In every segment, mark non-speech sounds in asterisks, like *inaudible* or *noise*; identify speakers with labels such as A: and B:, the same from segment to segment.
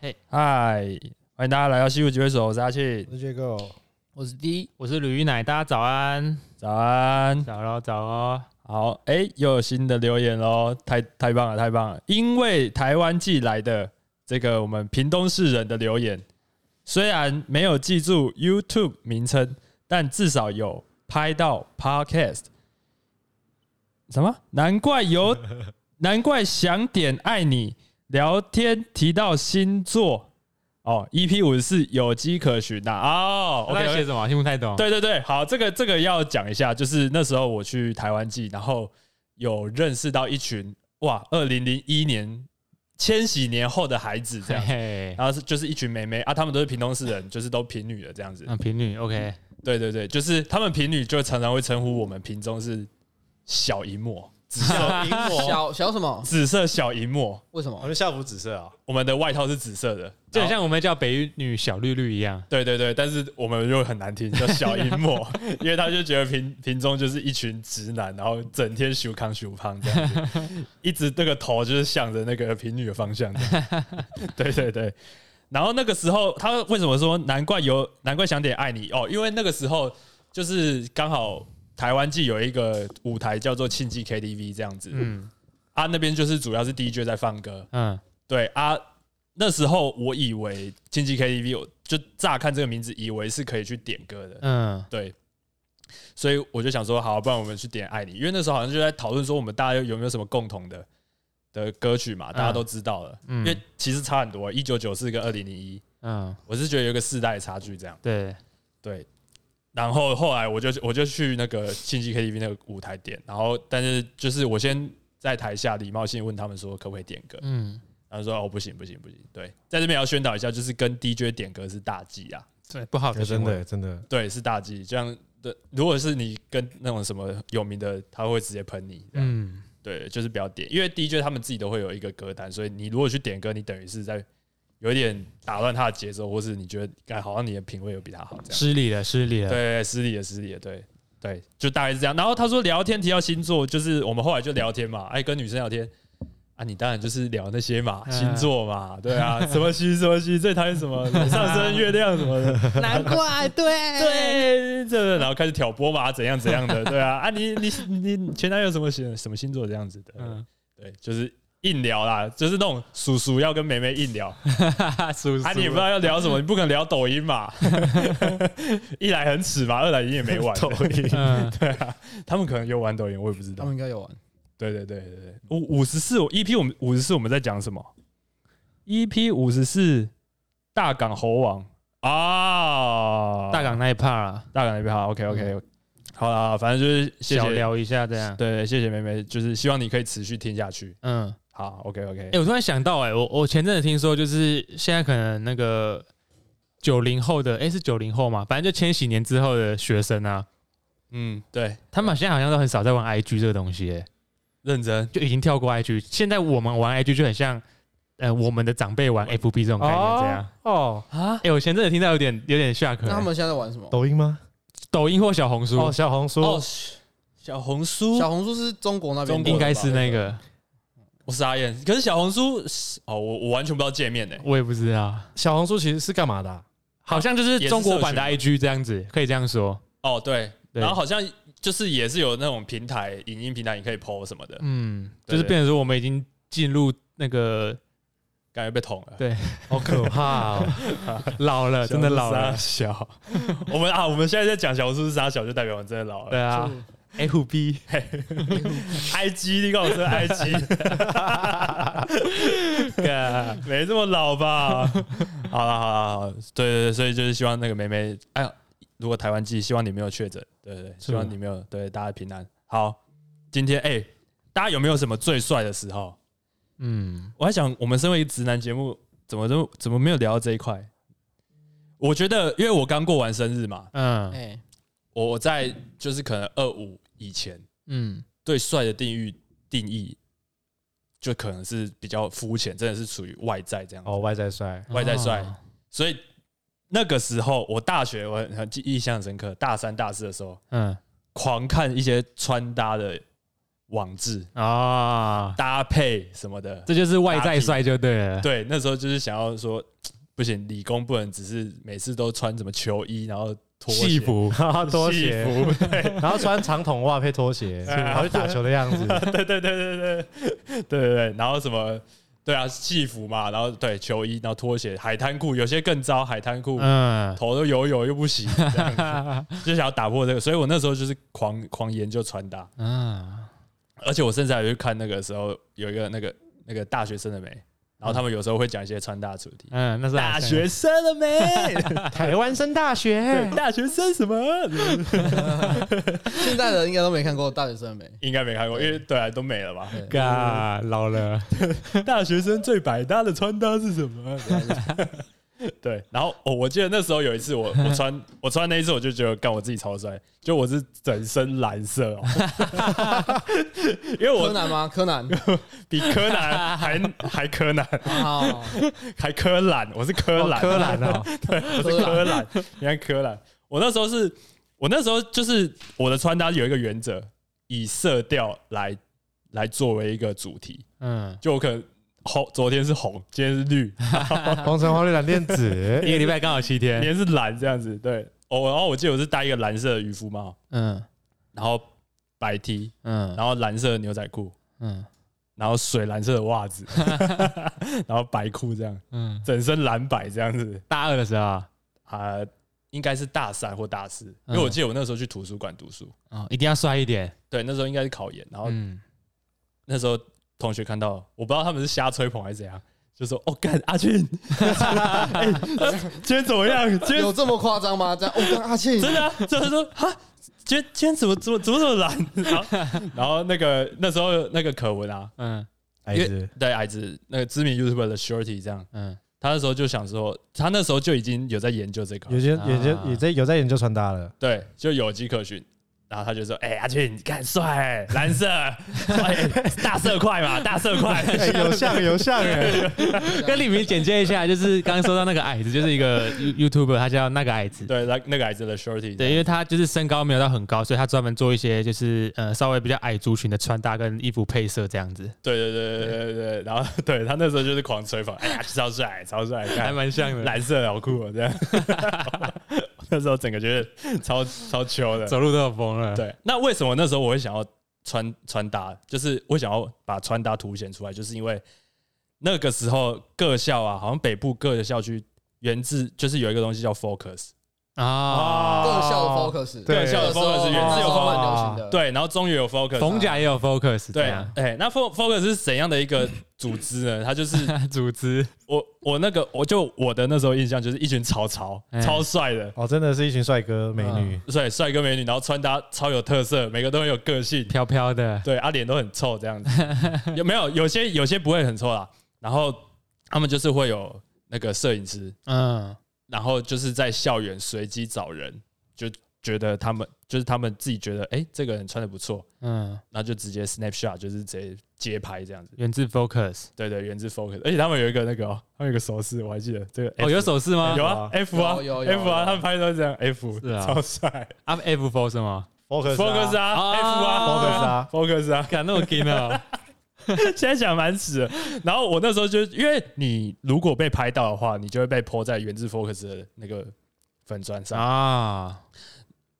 A: 嘿，
B: 嗨，欢迎大家来到西湖集会所，我是阿庆，
C: 那这个
A: 我是 D，我是吕一奶，大家早安，
B: 早安。
A: 早喽，早哦，
B: 好，哎、又有新的留言喽，太太棒了，太棒了！因为台湾寄来的这个我们屏东市人的留言，虽然没有记住 YouTube 名称，但至少有拍到 Podcast。什么？难怪有，
A: *laughs*
B: 难怪想点爱你聊天提到星座哦，EP 五十四有迹可循呐、哦
A: 我在
B: ，OK，
A: 写什么？听不太懂。
B: 对对对，好，这个这个要讲一下，就是那时候我去台湾记，然后有认识到一群哇，二零零一年千禧年后的孩子这
A: 嘿
B: 样，
A: 嘿，
B: 然后是就是一群妹妹啊，她们都是屏东市人，就是都平女的这样子。
A: 那平女啊 OK，
B: 对对对，就是她们平女就常常会称呼我们屏中是小银幕，紫色
D: *laughs* 小小什么？
B: 紫色小银幕，
D: 为什
C: 我
D: 么？
C: 们校服紫色啊，
B: 我们的外套是紫色的，
A: 就很
B: 然后
A: 像我们叫北女小绿绿一样。
B: 对对对，但是我们又很难听，叫小淫魔，因为他就觉得平平中就是一群直男，然后整天修康修胖这样子，一直那个头就是向着那个平女的方向这样。对对对，然后那个时候他为什么说难怪有难怪想点爱你哦？因为那个时候就是刚好台湾记有一个舞台叫做庆记 KTV 这样子，
A: 嗯
B: 啊那边就是主要是 DJ 在放歌，
A: 嗯，
B: 对啊，那时候我以为经济 KTV，我就乍看这个名字，以为是可以去点歌的，
A: 嗯，
B: 对。所以我就想说，好，不然我们去点《爱你》，因为那时候好像就在讨论说，我们大家有没有什么共同的的歌曲嘛，大家都知道了。
A: 嗯
B: 因为其实差很多，啊一九九四跟二零零一，
A: 嗯，
B: 我是觉得有一个世代的差距这样。
A: 对，
B: 对，然后后来我就我就去那个信息 KTV 那个舞台点，然后但是就是我先在台下礼貌性问他们说可不可以点歌，
A: 嗯，
B: 然后说哦不行不行不行，对，在这边也要宣导一下，就是跟 DJ 点歌是大忌啊，
A: 对，不好的
C: 真
A: 行为，
C: 的真的，
B: 对，是大忌。这样的，如果是你跟那种什么有名的，他会直接喷你，这样、
A: 嗯，
B: 对，就是不要点，因为 DJ 他们自己都会有一个歌单，所以你如果去点歌，你等于是在有一点打乱他的节奏，或是你觉得哎好像你的品味有比他好这样，
A: 失礼了，失礼了。
B: 对，失礼了失礼了，对。对，就大概是这样。然后他说聊天提到星座，就是我们后来就聊天嘛，哎，跟女生聊天啊，你当然就是聊那些嘛，
A: 嗯
B: 星座嘛，对啊，什么星什么星，最讨厌什么上升月亮什么的，
D: 难怪，对，
B: 对，这然后开始挑拨嘛，怎样怎样的，对啊，啊你你你你前男友什么星什么星座这样子的，
A: 嗯，
B: 对，就是硬聊啦，就是那种叔叔要跟妹妹硬聊，
A: 哈哈，叔叔，
B: 啊你也不知道要聊什么，你不可能聊抖音嘛，一来很耻嘛，二来你也没玩抖音，
A: 嗯，
B: 对啊，他们可能有玩抖音，我也不知
D: 他
B: 道
D: 们。应该有玩。
B: 对对对对对，五五十四，我 EP 我们五十四我们在讲什么？EP 五十四大港猴王啊，
A: 大港那一 part 啦，
B: 大港那边好，OK OK，、好啦，反正就是谢
A: 小
B: 谢，
A: 聊一下这样。
B: 对，谢谢妹妹，就是希望你可以持续听下去。
A: 嗯，
B: 好，OK OK，、
A: 哎，我突然想到，哎，我我前阵子听说，就是现在可能那个九零后的，哎，是九零后嘛，反正就千禧年之后的学生啊，
B: 嗯，对，
A: 他们现在好像都很少在玩 IG 这个东西、欸，
B: 认真
A: 就已经跳过 IG。现在我们玩 IG 就很像，呃，我们的长辈玩 FB 这种概念这样。哎、
C: 哦，
B: 啊，
A: 我前阵子听到有点有点下课、
D: 那他们现在在玩什么？
C: 抖音吗？
A: 抖音或小红书、
C: 哦，小红书，
B: 哦，小红书，
D: 小红书是中国那边
B: 中
D: 的，
B: 国
A: 应该是那个，
B: 我傻眼，可是小红书是哦，我我完全不知道界面呢、欸
A: 我也不知道，
C: 小红书其实是干嘛的啊？
A: 好像就是啊中国版的
B: 也
A: IG 这样子，可以这样说。
B: 哦，对，
A: 对
B: 然后好像就是也是有那种平台，影音平台你可以 PO 什么的，
A: 嗯，
B: 对
A: 就是变成说我们已经进入那 *laughs* 个
B: 感觉被捅了。
C: 好可怕哦！
A: 老了，真的老了。
B: 小，我们啊，我们现在在讲小红书是傻小，就代表我们真的老了。
A: 对啊，FB
B: IG，你跟我说 IG，干没这么老吧？好了好了好了，对对对，所以就是希望那个梅梅，哎呀，如果台湾记，希望你没有确诊，对对对，希望你没有，对大家平安。好，今天哎、大家有没有什么最帅的时候？
A: 嗯，
B: 我还想，我们身为一个直男节目，怎么都怎么没有聊到这一块？我觉得，因为我刚过完生日嘛，
A: 嗯
D: 哎，
B: 我我在就是可能二五以前，
A: 嗯，
B: 对帅的定义定义，就可能是比较肤浅，真的是属于外在这样子。
C: 哦，外在帅，
B: 外在帅
A: 哦
B: 所以那个时候，我大学我很很记印象深刻，大三大四的时候，
A: 嗯
B: 狂看一些穿搭的
E: 网志
A: 啊，
E: 搭配什么的。
A: 这就是外在帅就对了。
E: 对，那时候就是想要说，不行，理工不能只是每次都穿什么球衣，然后拖鞋
A: 戏 *laughs* 服
B: 哈哈，拖
E: 戏
B: 鞋，
E: 服，
A: *laughs*
B: 然后穿长筒袜配拖鞋，
A: 啊
B: 跑去打球的样
A: *laughs*
B: 子。
E: 对对对对对对对对，然后什么？对啊，戏服嘛，然后对球衣，然后拖鞋、海滩裤，有些更糟，海滩裤、
A: 嗯，
E: 头都油油又不 *laughs* 洗，这样子就想要打破这个，所以我那时候就是狂狂研究穿搭，
A: 啊，
E: 而且我甚至还有去看那个时候有一个那个那个大学生的美，然后他们有时候会讲一些穿搭主题，
A: 嗯，那是
E: 大学生了 *laughs* 没？
B: 台湾升大学，
E: 大学生什么？
D: 现在的应该都没看过大学生没？
E: 应该没看过，因为对啊，都没了吧？
A: 嘎老了，
E: 大学生最百搭的穿搭是什么？ *laughs* 对，然后哦，我记得那时候有一次我，我穿我穿那一次，我就觉得干我自己超帅，就我是整身蓝色哦，因为
D: 柯
E: 我
D: 南吗？柯南，
E: 比柯南还还柯南
D: 好，
E: 还柯南，我是柯南、
B: 柯南哦，
E: 我是柯
B: *laughs*
E: 南，你看柯南，我那时候是，我那时候就是我的穿搭有一个原则，以色调来来作为一个主题，
A: *laughs* 嗯，
E: 就我可能红，昨天是红，今天是绿，
A: 哦
B: 红橙黄绿蓝靛紫，
A: *laughs* 一个礼拜刚好七天，
E: 也是蓝这样子，对。哦，然后我记得我是戴一个蓝色的渔夫帽，
A: 嗯
E: 然后白 T，
A: 嗯
E: 然后蓝色的牛仔裤，
A: 嗯
E: 然后水蓝色的袜子，然后白裤这样，
A: 嗯，
E: 整身蓝白这样子
A: 大二的时候啊，
E: 啊、应该是大三或大四，因为我记得我那时候去图书馆读书，
A: 嗯哦，一定要帅一点，
E: 对，那时候应该是考研，然后
A: 嗯，
E: 那时候同学看到，我不知道他们是瞎吹捧还是怎样，就说：“哦，干阿俊， *laughs* 哎今天怎么样？
D: *laughs*
E: 今天
D: 有这么夸张吗？这样，哦我跟阿庆
E: 真的、啊，就是说哈，今天今天怎么怎么怎么这么懒？ *laughs* 然后然后那个那时候那个可文啊，
A: 嗯
B: 矮子，
E: 对矮子那个知名 YouTuber 的 Shorty 这样，
A: 嗯
E: 他那时候就想说，他那时候就已经有在研究这
B: 有
E: 个，
B: 些
A: 啊
B: 有些有在有在研究穿搭了，
E: 对，就有迹可循。然后他就说：“哎、阿俊，你看帅、蓝色，哎 *laughs* 大色块嘛，大色块。
B: 哎有像有像哎，
A: *laughs* 跟李明简介一下，就是刚刚说到那个矮子，就是一 *laughs* 个 You- YouTuber，他叫那个矮子。
E: *laughs* 对，那那个矮子的 Shorty，
A: 对，因为他就是身高没有到很高，所以他专门做一些就是呃稍微比较矮族群的穿搭跟衣服配色这样子，
E: 对对对对对对对，然后 *laughs* 对他那时候就是狂吹捧，哎呀，超帅，超帅，
A: 还
E: 看
A: 蛮像的。
E: 蓝色的好酷哦，这样。 *laughs* 我那时候整个觉得超超秋的。
A: 走路都有风了。，
E: 对，那为什么那时候我会想要穿穿搭？就是我想要把穿搭凸显出来，就是因为那个时候各校啊，好像北部各的校区源自就是有一个东西叫 focus，
A: 啊，
D: 各校的 focus，
B: 对
E: 各校的 focus 源自有
D: 那时候
E: focus，
D: 蛮流行的，
E: 对，然后中原有 focus，啊
A: 冯甲也有 focus，啊
E: 对，
A: 这
E: 哎
B: 啊
A: 样、
E: 那 fo- focus 是怎样的一个组织呢？它就是
A: *laughs* 组织
E: 我我那个我就我的那时候印象就是一群潮潮
A: 哎
E: 超帅的，
B: 哦，真的是一群帅哥美
A: 嗯
B: 女，
E: 帅帅哥美女，然后穿搭超有特色，每个都很有个性，
A: 飘飘的，
E: 对，啊脸都很臭这样子，有没有？有些有些不会很臭啦，然后他们就是会有那个摄影师，
A: 嗯
E: 然后就是在校园随机找人，就觉得他们就是他们自己觉得，哎、这个人穿的不错，
A: 嗯，
E: 那就直接 snapshot，就是直接街拍这样子，
A: 源自 focus。
E: 对对，源自 focus，而且他们有一个那个、哦，他们有一个手势，我还记得这个
A: 哦，有手势吗？
E: 有啊，F 啊
D: 有有有
E: ，F 啊，
D: 有
E: 他们拍都是这样，F
A: 是啊
E: 超帅
A: ，up F for 什么？
B: ，focus
E: ，focus 啊
A: 啊
E: ，F 啊
B: focus 啊
E: ，focus 啊， *laughs*
A: 敢那么劲啊？
E: 现在想蛮死的。然后我那时候就因为你如果被拍到的话，你就会被泼在源自 focus 的那个粉砖上
A: 啊，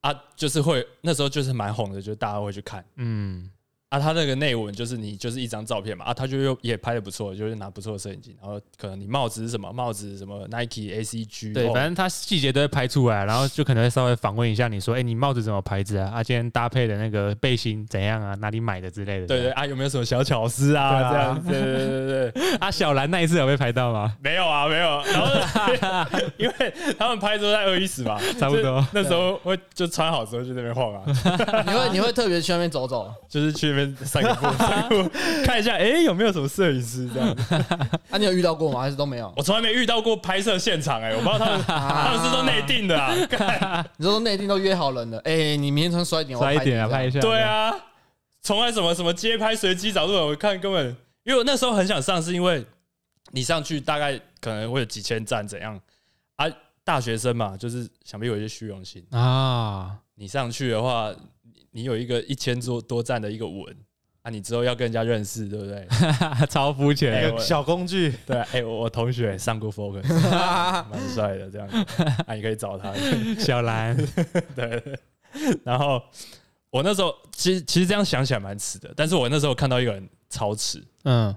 E: 啊，就是会那时候就是蛮红的，就是大家会去看
A: 嗯
E: 啊。他那个内文就是你就是一张照片嘛啊，他就又也拍的不错，就是拿不错的摄影机，然后可能你帽子是什么帽子是什么 Nike ACG，
A: 对，
E: 哦
A: 反正它细节都会拍出来，然后就可能会稍微访问一下你说，哎、你帽子什么牌子啊？啊，今天搭配的那个背心怎样啊？哪里买的之类的？
E: 对对啊，有没有什么小巧思
B: 对
E: 啊？
B: 啊
E: 这样子，对对对对对。
A: 啊，小兰那一次有被拍到
E: *laughs*
A: 吗？
E: 没有啊，没有。然后 *laughs* 因为他们拍都在二一十嘛，
A: 差不多。
E: 那时候会就穿好之后就在那边晃啊， *laughs*
D: 你会你会特别去那边走走，
E: 就是去那边散个 *laughs* 步，散个步看一下，哎、有没有什么摄影师这样？
D: 啊，你有遇到过吗？还是都没有？
E: 我从来没遇到过拍摄现场、 *laughs*
B: 欸
E: 哎，我不知道他们他们是都内定的啊。 *laughs* 干
D: 你说内定都约好人了，哎，你明天穿帅一点，我要
A: *laughs* 帅一点啊，
D: 你这样
A: 拍一下。
E: 对，啊，从来什么什么街拍随机找路人，我看根本，因为我那时候很想上，是因为你上去大概可能会有几千赞怎样啊？大学生嘛，就是想必有一些虚荣心。
A: 啊， *laughs*
E: 你上去的话，你你有一个一千多多赞的一个文，
B: 啊，你之后要跟人家认识，对不对？
A: 啊超肤
B: 哎
E: *laughs*
A: 浅。
C: 一个小工具，
B: 对，哎、我我同学上过
C: *laughs*
B: Focus，蛮帅的，这样，啊，你可以找他。
A: 小兰，
B: 对，然后我那时候其实其实这样想起来蛮迟的，但是我那时候看到一个人超迟，
A: 嗯，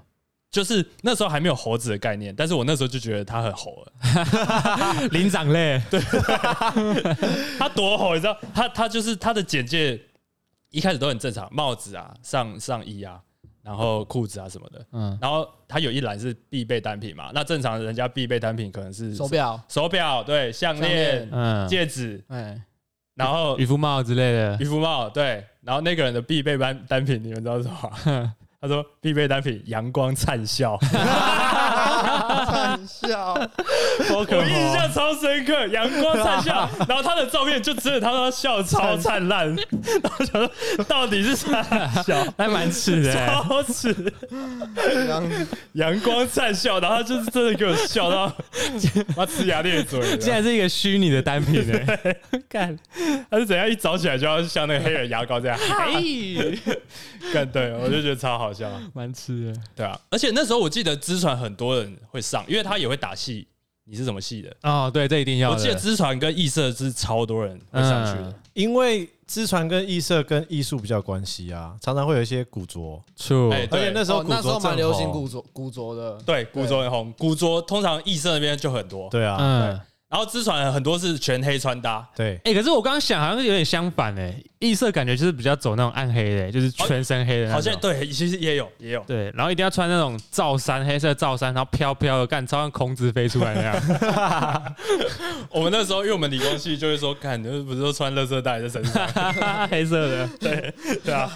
B: 就是那时候还没有猴子的概念，但是我那时候就觉得他很猴了，
A: *laughs* 灵长类，对，
B: 他多猴，你知道，他他就是他的简介一开始都很正常，帽子啊、上上衣啊，然后裤子啊什么的，
A: 嗯，
B: 然后他有一栏是必备单品嘛，那正常人家必备单品可能是
D: 手、表，
B: 手表、对项
D: 项
B: 链
D: 链、
A: 嗯，
B: 戒指，
D: 哎，
B: 然后
A: 渔夫帽之类的 *laughs*
B: 渔，夫帽，对，然后那个人的必备单单品，你们知道是什么吗？他说必备单品阳光灿笑，
D: 灿笑，
B: 我印象超深刻，阳光灿笑，然后他的照片就只有他说笑超灿烂，然后想说到底是啥笑，
A: 还蛮吃
B: *laughs*
C: 哎
A: 的欸，
B: 超耻，
D: *laughs* 这样子
B: 阳光灿笑，然后他就是真的给我笑到， *laughs* 他呲牙咧嘴的，
A: 竟然是一个虚拟的单品欸呢。
B: *laughs* 干，他是怎样一早起来就要像那个黑人牙膏这样，
A: 哎
B: 哎干，对我就觉得超好笑。
A: 蛮吃的
B: 对啊，而且那时候我记得资传很多人会上，因为他也会打戏。你是什么戏的？
A: 哦，对，这一定要
B: 我
A: 的。
B: 记得资传跟艺社是超多人会上去的
A: 嗯。
C: 因为资传跟艺社跟艺术比较有关系啊，常常会有一些古着，
B: 哎
A: True，
C: 而
B: 对
C: 且那时候
D: 哦
C: 古着
D: 那时候蛮
C: 正
D: 流行
C: 红
D: 古着古着的，
B: 对，古着很红，古着通常艺社那边就很多。
C: 对啊，
A: 嗯，
B: 然后资传很多是全黑穿搭，
C: 对，
A: 哎，可是我刚刚想好像有点相反哎，异色感觉就是比较走那种暗黑的欸，就是全身黑的那种，
B: 哦好像对，其实也有 *laughs* 也有。
A: 对，然后一定要穿那种罩衫，黑色罩衫，然后飘飘的，干，超像孔子飞出来那样。
B: 我们那时候因为我们理工系就会说，看，就是不是都穿乐色袋在身上，
A: 黑色的，
B: *laughs* 对啊。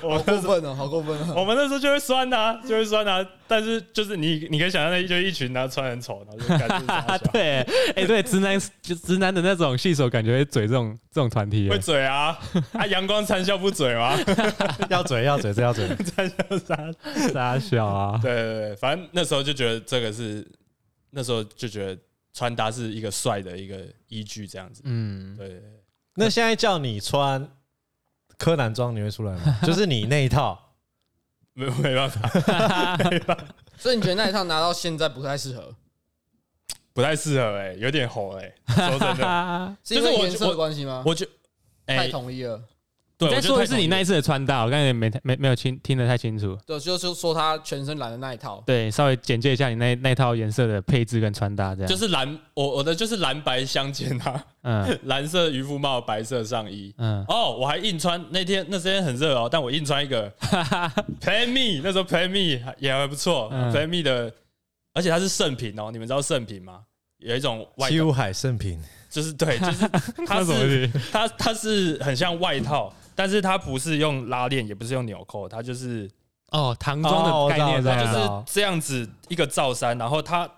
D: 好过分哦，好过分
B: *laughs*
D: 哦，
B: 我们那时候就会酸呐、就会酸呐、但是就是你你可以想象，那就是一群然后穿很丑，然后就感觉 *laughs*
A: 啊，对， *laughs* 哎、对，直男就直男的那种细手，感觉会嘴这种这种团体欸
B: 会，嘴 *laughs* 啊，啊，阳光灿笑不嘴吗？ *laughs*
C: 要嘴要嘴这要嘴，
B: 灿笑啥？
A: 傻小啊，
B: 对对对，反正那时候就觉得这个是，那时候就觉得穿搭是一个帅的一个依据，这样子。
A: 嗯，
B: 对对对，
C: 那现在叫你穿柯南装，你会出来吗？就是你那一套，
B: 没没办法，
D: 所以你觉得那一套拿到现在不太适合，
B: 不太适合哎、有点红
A: *laughs*
B: 哎、说真的，
D: 是因
B: 就是
D: 为
B: 我
D: 颜色
B: 我
D: 的关系吗？
B: 我觉哎、
D: 太统一了，
B: 对，
A: 再
B: 我觉得
A: 说
B: 太
A: 一次你
B: 统
A: 那
B: 一
A: 一
B: 了
A: 次的穿搭，我刚才也没太没没有听听得太清楚。
D: 对，就是说他全身蓝的那一套，
A: 对，稍微简介一下你那那套颜色的配置跟穿搭，这样。
B: 就是蓝，我我的就是蓝白相间
A: *laughs*
B: 啊，
A: 嗯
B: 蓝色渔夫帽，白色上衣。
A: 嗯，
B: 哦，我还硬穿那天那时间很热哦，但我硬穿一
A: *laughs*
B: 个 Play Me，那时候 Play Me 也还不错、
A: 嗯
B: p l a y Me 的，而且它是盛品哦，你们知道盛品吗？有一种外
C: 七武海盛平，
B: 就是对，就是
A: *laughs*
B: 它是
A: 是
B: 它它是很像外套，但是它不是用拉链，也不是用纽扣，它就是
A: 哦，唐装的概念
C: 哦我知
A: 这
C: 道
B: 就
C: 我知
A: 样。
C: 道
B: 是这样子一个罩衫，然后它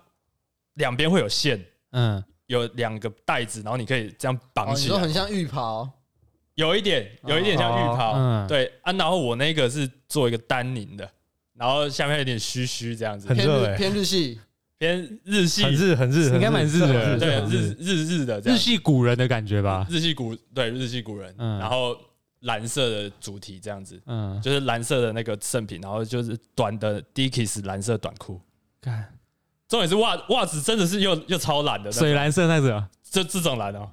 B: 两边会有线，
A: 嗯，
B: 有两个带子，然后你可以这样
D: 哦，
B: 绑
D: 你
B: 起
D: 说
B: 来，
D: 很像浴袍，
B: 有一点有一点像浴袍，
A: 哦嗯
B: 对啊，然后我那个是做一个丹宁的，然后下面有点虚虚这样子
C: 很，
D: 偏
C: 热
D: 日
C: 欸
D: 偏日系，
B: 偏日系
C: 很，日很日，
A: 应该蛮日的
C: 很
A: 日
B: 对
C: 很
B: 日日日的这
A: 日
B: 样，
A: 系古人的感觉吧。
B: 日系古对日系古人，
A: 嗯
B: 然后蓝色的主题这样子，
A: 嗯，
B: 就是蓝色的那个圣品，然后就是短的 Dickies 蓝色短裤。
A: 看
B: 重点是袜袜子真的是又又超蓝的，
A: 水蓝色那种，
B: 这这种蓝哦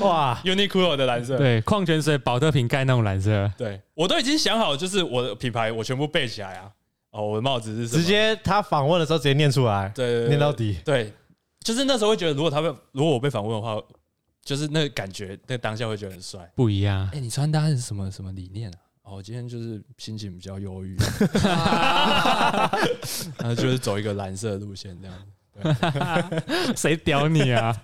C: 哇，
B: ，Uniqlo 的蓝色。
A: 对，矿泉水保特瓶盖那种蓝色。
B: 对，我都已经想好，就是我的品牌我全部背起来啊。哦，我的帽子是什么
C: 直接他访问的时候直接念出来，
B: 对对对
C: 念到底，
B: 对，就是那时候会觉得，如果他被如果我被访问的话，就是那个感觉，那个当下会觉得很帅。
A: 不一样
B: 哎、，你穿搭是什么什么理念啊？哦，我今天就是心情比较忧 *laughs* 郁，然后就是走一个蓝色的路线这样子。
A: *laughs* 谁屌你啊？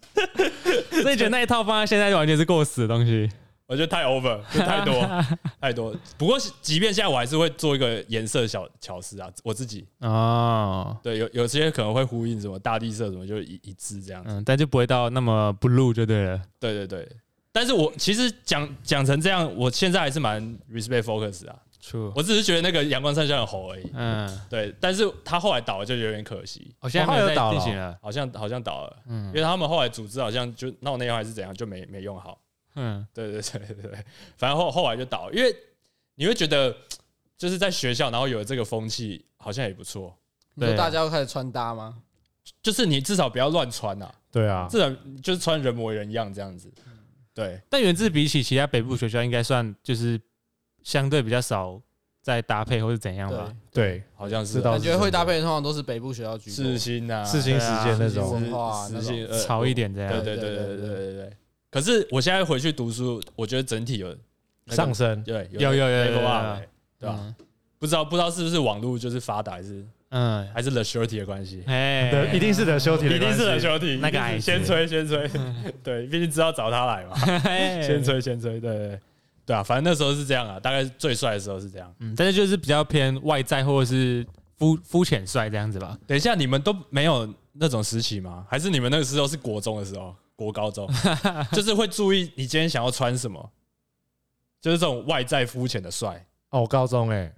A: *laughs* 所以觉得那一套放在现在就完全是过时的东西。
B: 我觉得太 over，就太 *laughs* 多太多。不过，即便现在我还是会做一个颜色小巧思啊，我自己
A: 哦，
B: 对有有些可能会呼应什么大地色什么，就一一致这样子。
A: 嗯，但就不会到那么 blue 就对了。
B: 对对对，但是我其实讲讲成这样，我现在还是蛮 respect focus 啊。
A: True，
B: 我只是觉得那个阳光灿笑很红而已。
A: 嗯，
B: 对，但是他后来倒了就有点可惜，
A: 我现在没
C: 哦
A: 有
C: 后来
A: 在
C: 有倒了
A: 进
C: 哦
A: 行了。啊
B: 好像好像倒了，
A: 嗯
B: 因为他们后来组织好像就闹内还是怎样，就没没用好。
A: 嗯，
B: 对对对对对，反正后后来就倒，因为你会觉得就是在学校，然后有这个风气，好像也不错。
D: 你说
A: 对
D: 大家要开始穿搭吗？
B: 就是你至少不要乱穿呐、啊，
C: 对啊，
B: 至少就是穿人模人样这样子。对，
A: 但原自比起其他北部学校，应该算就是相对比较少在搭配或是怎样
D: 对，
A: 吧？
C: 对，
B: 好像是
C: 知道
D: 感觉会搭配的通常都是北部学校居多。
B: 世新啊，
C: 四星时间那
D: 对啊
C: 种，
D: 文化啊
B: 世新呃
A: 潮一点这
B: 对
A: 样，
B: 对对对对对对对。可是我现在回去读书，我觉得整体有那个
C: 上升，
B: 对有
A: 有有有有
B: level
A: 有
B: up，欸对吧？
A: 吧？
B: 不知道不知道是不是网络就是发达，还是
A: 嗯，
B: 还是 the surety 的关
A: *laughs*
B: 系？
A: 哎
C: 的， *laughs* 一定是的修体的
B: 一定
C: 关系，
B: 是 the surety，
A: 那个
B: 一定
A: 矮
B: 是
A: 子
B: *laughs* 先吹先
A: *laughs*
B: 吹，对，毕竟知道找他来嘛，先
A: 先。
B: 吹先吹，对对对对啊，反正那时候是这样啊，大概最帅的时候是这样。
A: 嗯，但是就是比较偏外在或者是肤肤浅帅这样子吧。
B: 等一下，你们都没有那种时期吗？还是你们那个时候是国中的时候，国高 *laughs* 中，就是会注意你今天想要穿什么，就是这种外在肤浅的帅。
C: 哦，我高中哎，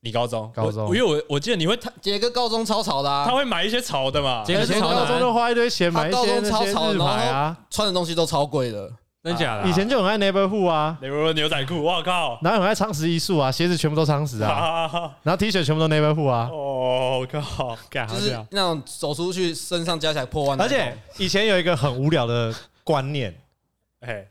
B: 你高中，
C: 高中
B: 我因为我我记得你会他
D: 杰哥高中超潮的
B: 他
D: 啊，
B: 会买一些潮的嘛，
A: 杰
D: 以前
C: 哎高
D: 高
C: 中
D: 中
C: 就
A: 啊
C: 花一堆钱买一
D: 他高
C: 些
D: 中
C: 那
D: 超
C: 些
D: 潮
C: 日牌啊，
D: 穿的东西都超贵的。
A: 真假的啊？
C: 以前就很爱 neighborhood 啊，
B: 比如说牛仔裤，我靠，
C: 然后很爱仓石一束啊，鞋子全部都仓石
B: *laughs*
C: 啊，
B: 啊，
C: 然后 T 恤全部都 neighborhood 啊，
B: 哦，我靠，
A: 干好
D: 就
A: 像
D: 是
A: 这
B: 啊
A: 样
D: 那种走出去身上加起来破万，
C: 而且以前有一个很无聊的观念，
B: 哎，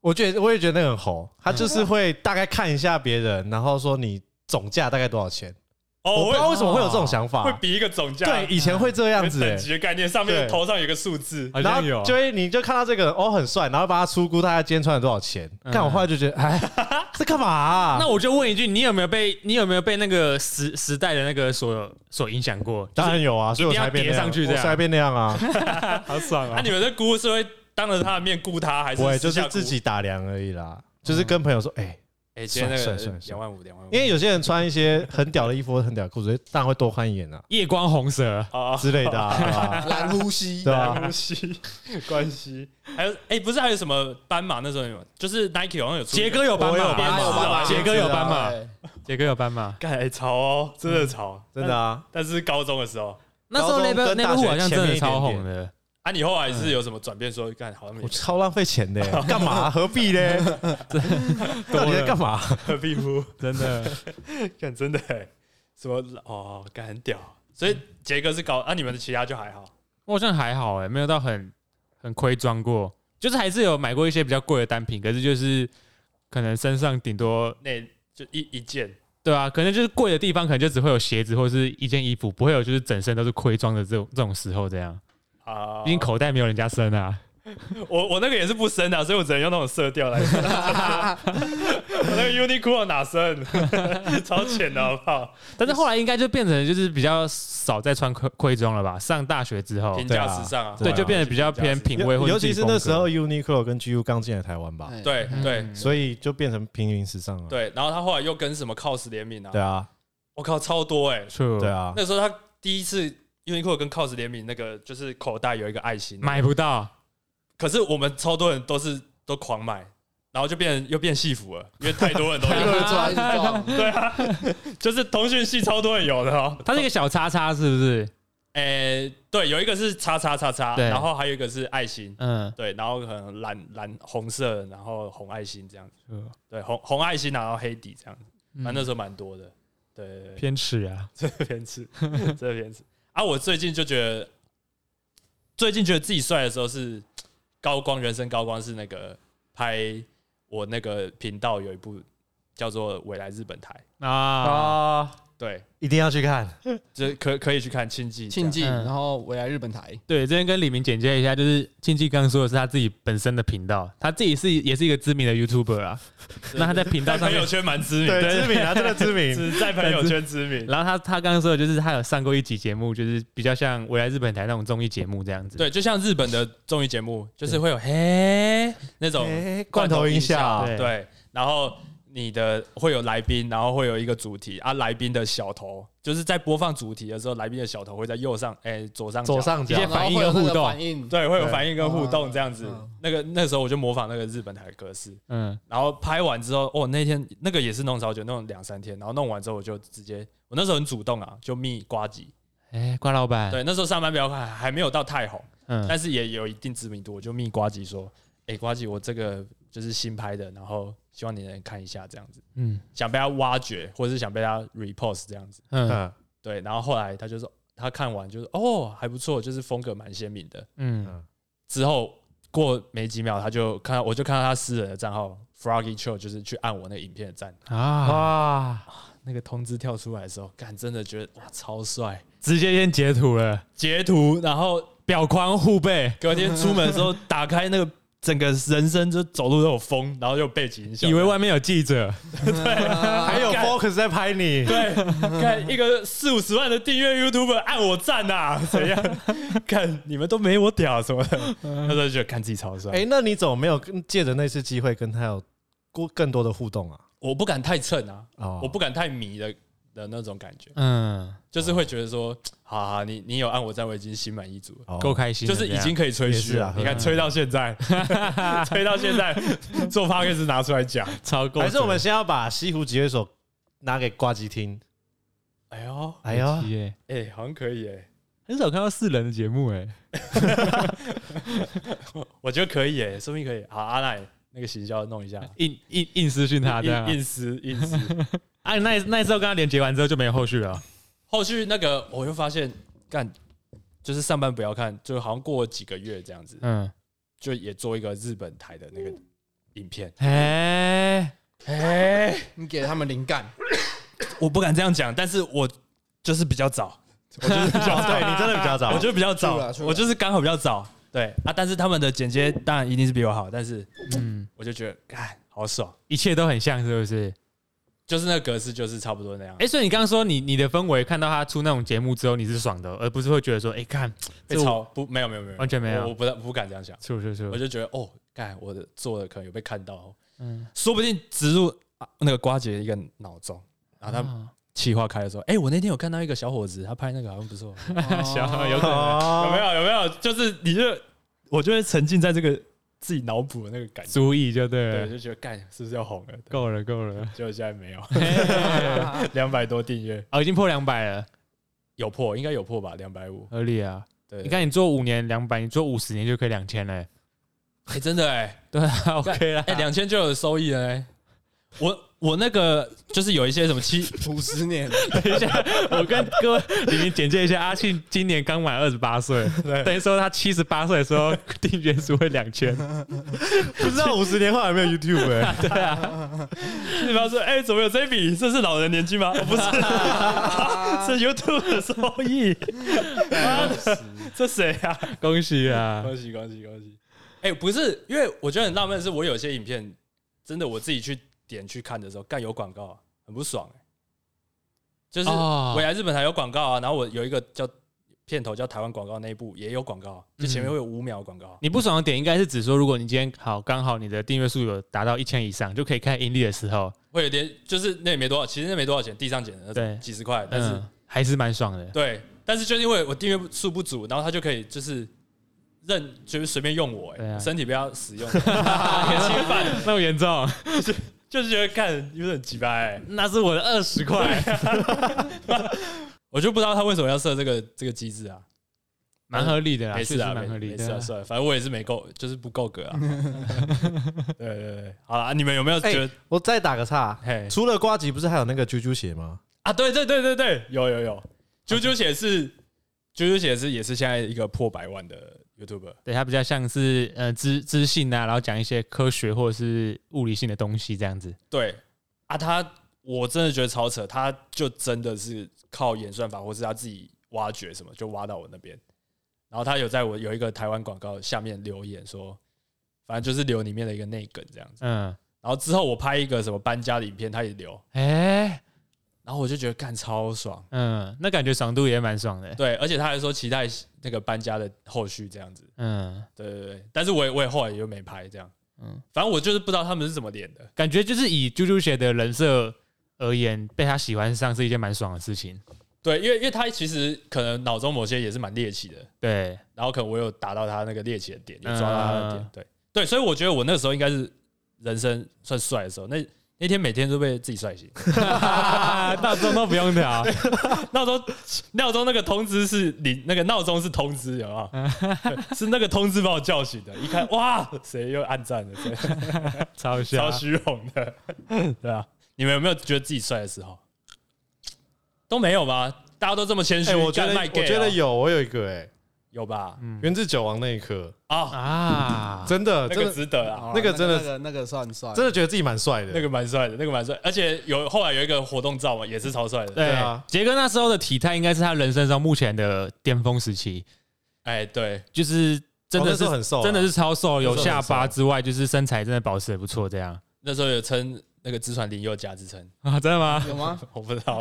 C: 我觉得我也觉得那个很红，他就是会大概看一下别人，然后说你总价大概多少钱。
B: 哦，
C: 我不知道为什么会有这种想
B: 会会
C: 法，
B: 比一个总价，
C: 对，以前会这样
B: 有
C: 子、
B: 等
C: 欸。
B: 级的概念，上面
C: 对
B: 头上有个数字，
A: 好
C: 然
A: 像有啊
C: 后就会你就看到这个人哦很帅，然后帮他出估他今天穿了多少钱。
A: 嗯
C: 但我后来就觉
A: *laughs*
C: 得，哎，这干嘛啊？
A: 那我就问一句，你有没有被你有没有被那个时时代的那个所所影响过？
C: 当然有啊，所以我
A: 一定要
C: 才变那
A: 叠
C: 样，
A: 上去 *laughs* 这
C: 我
A: 样
C: 才变那样啊。
A: 好爽
B: 啊，！你们的估是会当着他的面估他，还是
C: 不会，就
B: 私下
C: 是
B: 估
C: 自？己打量而已
A: 嗯
C: 啦，就是跟朋友说，哎，
B: 哎，今天那
C: 算
B: 个
C: 算算
B: 两万五，两万五，
C: 因为有些人穿一些很屌的衣服、很屌的裤子，当然会多看一
A: *laughs*
C: 眼啊
A: 夜光红蛇，
B: 啊，
C: 之类的啊，对
A: *laughs*
C: 吧
D: 蓝呼吸
C: 对，吧？
B: 关系关系，还有哎，不是还有什么斑马那时候有，就是 Nike 好像有出一个
A: 杰哥有斑
C: 我有
A: 马，
C: 斑
D: 马
B: 啊
A: 杰哥有斑马，
D: 对
A: 杰哥有斑马。
B: 干哎潮哦，真的潮，
C: 真
A: *laughs*
C: 的啊，
B: 但。但是高中的时候
A: 那时候那
C: 高中
A: 边
C: 跟
A: 那
C: 大
A: 边
C: 学
A: 好像真
C: 前面
A: 的
C: 一
A: 超
C: 点点
A: 红的，
B: 啊，你后来是有什么转变？说干好像没
C: 我超浪费钱的
A: *laughs*
C: 欸，干嘛？何必嘞？到底在干嘛？
B: 何必 *laughs* 乎？
A: 真的。
B: *laughs* 干真的哎，什么哦，干很屌。所以杰哥是高啊，你们的其他就还好。
A: 我好像还好哎、没有到很很亏装过，就是还是有买过一些比较贵的单品，可是就是可能身上顶多
B: 那就一一件，
A: 对啊，可能就是贵的地方，可能就只会有鞋子或是一件衣服，不会有就是整身都是亏装的这种这种时候这样，
B: 啊
A: 毕竟口袋没有人家深啊。
B: 我我那个也是不深啊，所以我只能用那种色调来。 *laughs* 我那个 Uniqlo 哪深， *laughs* 超浅的好不好？
A: 但是后来应该就变成就是比较少再穿盔盔装了吧？上大学之后
B: 平，
C: 对
B: 价
C: 啊
B: 时尚啊，
A: 哦对，
C: 对啊
A: 就变得比较偏品味或者
C: 尤其是那时候
A: 自己
C: Uniqlo 跟 GU 刚进来台湾吧，
D: 哎
B: 对
A: 风格，
B: 对
A: 嗯
C: 所以就变成平民时尚了。
B: 对。然后他后来又跟什么 COS 联名啊
C: 对，啊，
B: 我靠，超多哎！
A: true
C: 对啊，
B: 那时候他第一次 Uniqlo 跟 COS 联名，那个就是口袋有一个爱心，
A: 买不到，
B: 可是我们超多人都是都狂买，然后就变成又变戏服了，因为太多人都
D: 太多
A: *laughs*
B: 有，
D: 人抓一直撞，
B: 对啊，就是通讯系超多人有的
A: *laughs*
B: 哦。
A: 它是一个小叉叉是不是？
B: 诶、对，有一个是叉叉叉叉，
A: 对
B: 然后还有一个是爱心，
A: 嗯，
B: 对，然后可能蓝蓝红色，然后红爱心这样子，对，红红爱心，然后黑底这样子，
A: 啊嗯
B: 反正那时候蛮多的，对对对，
A: 偏尺啊，
B: *laughs* 这边吃，这边吃啊！我最近就觉得，最近觉得自己帅的时候是高光，人生高光是那个拍我那个频道有一部叫做《未来日本台》，
A: 啊，
C: 啊，
B: 对，
C: 一定要去看。
B: 这可可以去看庆记这
D: 庆
B: 样，
D: 记，
A: 嗯
D: 然后未来日本台，
A: 对，这边跟李明简介一下，就是庆记刚说的是他自己本身的频道，他自己是也是一个知名的 YouTuber 啊。 *laughs* 那他在频道
B: 在
A: 上
B: 朋友
A: 面，
B: 圈蛮知名
C: 对，
B: 的，
C: 知名啊，真的知
A: *laughs*
C: 名。
B: 只在朋友圈知名。
A: 然后他他刚刚说的就是他有上过一集节目，就是比较像未来日本台那种综艺节目这样子。
B: 对，就像日本的综艺节目，就是会有嘿那种
C: 哎罐头音效，
A: 对
B: 对，然后你的会有来宾，然后会有一个主题啊，来宾的小头就是在播放主题的时候，来宾的小头会在右上，哎、左上角
C: 左上
A: 一
C: 角
A: 些，反应啊
D: 然后会有那
A: 跟互
D: 个
A: 动
D: 反应
B: 对，会有反应跟互动
D: 嗯
B: 这样子。
D: 嗯
B: 那个那时候我就模仿那个日本台的格式，
A: 嗯，
B: 然后拍完之后，哦，那天那个也是弄超久，弄两三天，然后弄完之后我就直接，我那时候很主动啊，就密瓜吉，
A: 哎，关老板，
B: 对，那时候上班比较快，啊还没有到太红，
A: 嗯，
B: 但是也有一定知名度，我就密瓜吉说，哎、瓜吉，我这个就是新拍的，然后希望你能看一下这样子，
A: 嗯
B: 想被他挖掘，或者是想被他 repost 这样子。
A: 嗯
C: 嗯
B: 对，然后后来他就说，他看完就是哦还不错，就是风格蛮鲜明的。
A: 嗯，
C: 嗯
B: 之后过没几秒，他就看到我就看到他私人的账号 Froggy Chill，就是去按我那个影片的赞，
A: 啊，
C: 啊，
B: 那个通知跳出来的时候，干真的觉得哇超帅，
A: 直接先截图了，
B: 截图，然后
A: 表框护背，
B: 隔天出门的时候打开那个。整个人生就走路都有风，然后又背景音效，
A: 以为外面有记者，
C: 还有 focus 在拍你，
B: 对，看一个四五十万的订阅 YouTuber 按我赞呐、怎样？ *laughs* 看你们都没我屌什么的，
C: 嗯
B: 他说觉得看自己超帅。
C: 哎，那你怎么没有跟借着那次机会跟他有过更多的互动啊？
B: 我不敢太蹭啊，
C: 哦
B: 我不敢太迷的的那种感觉，
A: 嗯，
B: 就是会觉得说，好好，你你有按我赞，我已经心满意足了。
C: 哦
A: 够开心
B: 就
A: 了，
B: 是已经可以吹嘘了
C: 也，是啊
B: 你看吹到现
C: *laughs*
B: 在，吹到现在做 p o d c a s 拿出来讲，
A: 超够，
C: 还是我们先要把西湖集乐手拿给呱唧听？
B: 哎呦，
C: 哎呦，
A: 耶，
B: 哎，好像可以哎，
A: 很少看到四人的节目哎，
B: 我觉得可以哎，说不定可以。好，阿奶那个行销弄一下，
A: 硬硬硬私讯他这
B: 硬
A: 样啊，
B: 硬撕硬撕。
A: 啊，那那一次我跟他连接完之后就没有后续了，
B: 后续那个我又发现，干就是上班不要看，就好像过了几个月这样子，
A: 嗯，
B: 就也做一个日本台的那个影片。
A: 哎，
B: 哎、
D: 你给他们灵感，
B: 我不敢这样讲，但是我就是比较早，我就是比较
C: 对你真的比较早
B: 我，就是比较
D: 是啦
B: 早
D: 是，啦
B: 我就是刚好比较早。对啊，但是他们的剪接当然一定是比我好，但是
A: 嗯，
B: 我就觉得，哎，好爽，
A: 一切都很像，是不是？
B: 就是那个格式就是差不多那样。
A: 哎，所以你刚刚说你你的氛围，看到他出那种节目之后，你是爽的，而不是会觉得说，哎，看
B: 被
A: 这我
B: 抄不？没有没有没有，
A: 完全没有
B: 我我不不敢这样想，
A: 出出出
B: 我，就觉得哦，干我的做的可能有被看到，
A: 嗯，
B: 说不定植入、啊那个瓜姐一个脑中，然后他们
A: 啊
B: 气话开的时候，哎、我那天有看到一个小伙子，他拍那个好像不 *laughs* 错，
A: 小有可能
C: 哦
B: 有没有？有没有？就是你就我就会沉浸在这个自己脑补的那个感觉，
A: 足以就对
B: 对，
A: 了，
B: 就觉得干是不是要红了？对
A: 够了够了，
B: 结果现在没 *laughs* 有，两百多订阅
A: 哦，已经破两百了，
B: 有破，应该有破吧，两百五。
A: 合理啊！
B: 对，
A: 你看你做五年两百，你做五十年就可以两千嘞，
B: 哎、真的哎、
A: 对啊，OK 啦
B: 哎、，两千就有收益了哎、我我那个就是有一些什么七，
D: 五十年，
A: 等一下，我跟各位里面简介一下，阿信今年刚满二十八 *laughs* 岁，等于说他七十八岁的时候订阅数会两 *laughs* 千，
C: 不知道五十年后有没有 YouTube 哎？
B: 对方说哎、怎么有这笔？这是老人年金吗？哦、不是，是 YouTube 的收益。妈的这谁啊？
A: *laughs* 恭喜啊！
B: *laughs* 恭喜恭喜恭喜！哎、不是，因为我觉得很纳闷，是我有些影片真的我自己去点去看的时候，干有广告、啊，很不爽、欸。就是
A: 哦
B: 我来日本台有广告啊，然后我有一个叫片头叫台湾广告那一部也有广告，啊就前面会有五秒广告啊。
A: 你不爽的点应该是指说，如果你今天好刚好你的订阅数有达到一千以上，就可以看盈利的时候，
B: 会有点就是那也没多少，其实那没多少钱，地上捡的那
A: 对
B: 种几十块，但是、
A: 嗯，还是蛮爽的。
B: 对，但是就是因为我订阅数不足，然后他就可以就是任就是随便用我、
A: 对
B: 欸，
A: 啊
B: 身体不要使用，很侵犯，
A: 那么严重？
B: 就是觉得看有点鸡巴、欸。
A: 那是我的二十块，
B: 我就不知道他为什么要设这个这个机制啊，
A: 蛮合理的啦，
B: 没事
A: 确实
B: 啊，
A: 蛮合
B: 没
A: 理
B: 没事
A: 的
B: 啊，。算了，反正我也是没够，就是不够格啊。对对对，好了，你们有没有觉得？
C: 我再打个岔，
B: 嘿
C: 除了呱唧，不是还有那个啾啾鞋吗？
B: 啊，对对对对对，有有有，啾啾姐是啾啾姐是也是现在一个破百万的 YouTuber，
A: 对，它比较像是呃知知性啊，然后讲一些科学或者是物理性的东西这样子。
B: 对啊，他我真的觉得超扯，他就真的是靠演算法或是他自己挖掘什么，就挖到我那边。然后他有在我有一个台湾广告下面留言说，反正就是留里面的一个内梗这样子。
A: 嗯，
B: 然后之后我拍一个什么搬家的影片，他也留，
A: 哎、
B: 然后我就觉得干超爽，
A: 嗯，那感觉爽度也蛮爽的。
B: 对，而且他还说期待那个搬家的后续这样子，
A: 嗯，
B: 对对对，但是我也我也后来也就没拍这样，
A: 嗯
B: 嗯，反正我就是不知道他们是怎么演的，
A: 感觉就是以啾啾鞋的人设而言，被他喜欢上是一件蛮爽的事情。
B: 对，因为因为他其实可能脑中某些也是蛮猎奇的，
A: 对，
B: 然后可能我有打到他那个猎奇的点，有抓到他的点
A: 嗯，
B: 对对，所以我觉得我那时候应该是人生算帅的时候，那那天每天都被自己
C: *laughs*
B: 帅醒， *laughs*
A: 闹钟都不用调，
B: 闹钟闹钟那个通知是你那个闹钟是通知，有啊，是那个通知把我叫醒的。一看哇，谁又暗赞了，谁
A: 超笑
C: 啊
B: 超。虚荣的，对啊。你们有没有觉得自己帅的时候？都没有吗？大家都这么谦虚、
C: 哎，我觉
B: 干
C: 得
B: 卖 gay
C: 我
B: 哦
C: 觉得嗯有，我有一个哎、
B: 有吧？
C: 源自九王那一刻，
B: 啊，
A: 啊，
C: 真的
B: 那
C: 真
B: 个
C: 的
B: 值得啊，
C: 那个真的
E: 那个那个算帅，
C: 真的觉得自己蛮帅的，
B: 那个蛮帅的，那个蛮帅，而且有后来有一个活动照嘛，也是超帅的。
A: 对
C: 对啊
A: 杰哥那时候的体态应该是他人生中目前的巅峰时期，
B: 哎，对，
A: 就是真
C: 哦
A: 的
C: 那时
A: 是
C: 候很瘦啊
A: 真的是超瘦，有
C: 那时候
A: 下
C: 很瘦啊
A: 巴之外，就是身材真的保持的不错，这样
B: 那时候有称那个直传林宥嘉之称，
A: 啊，真的吗？
D: 有
A: *laughs*
D: 吗？
B: 我不知道，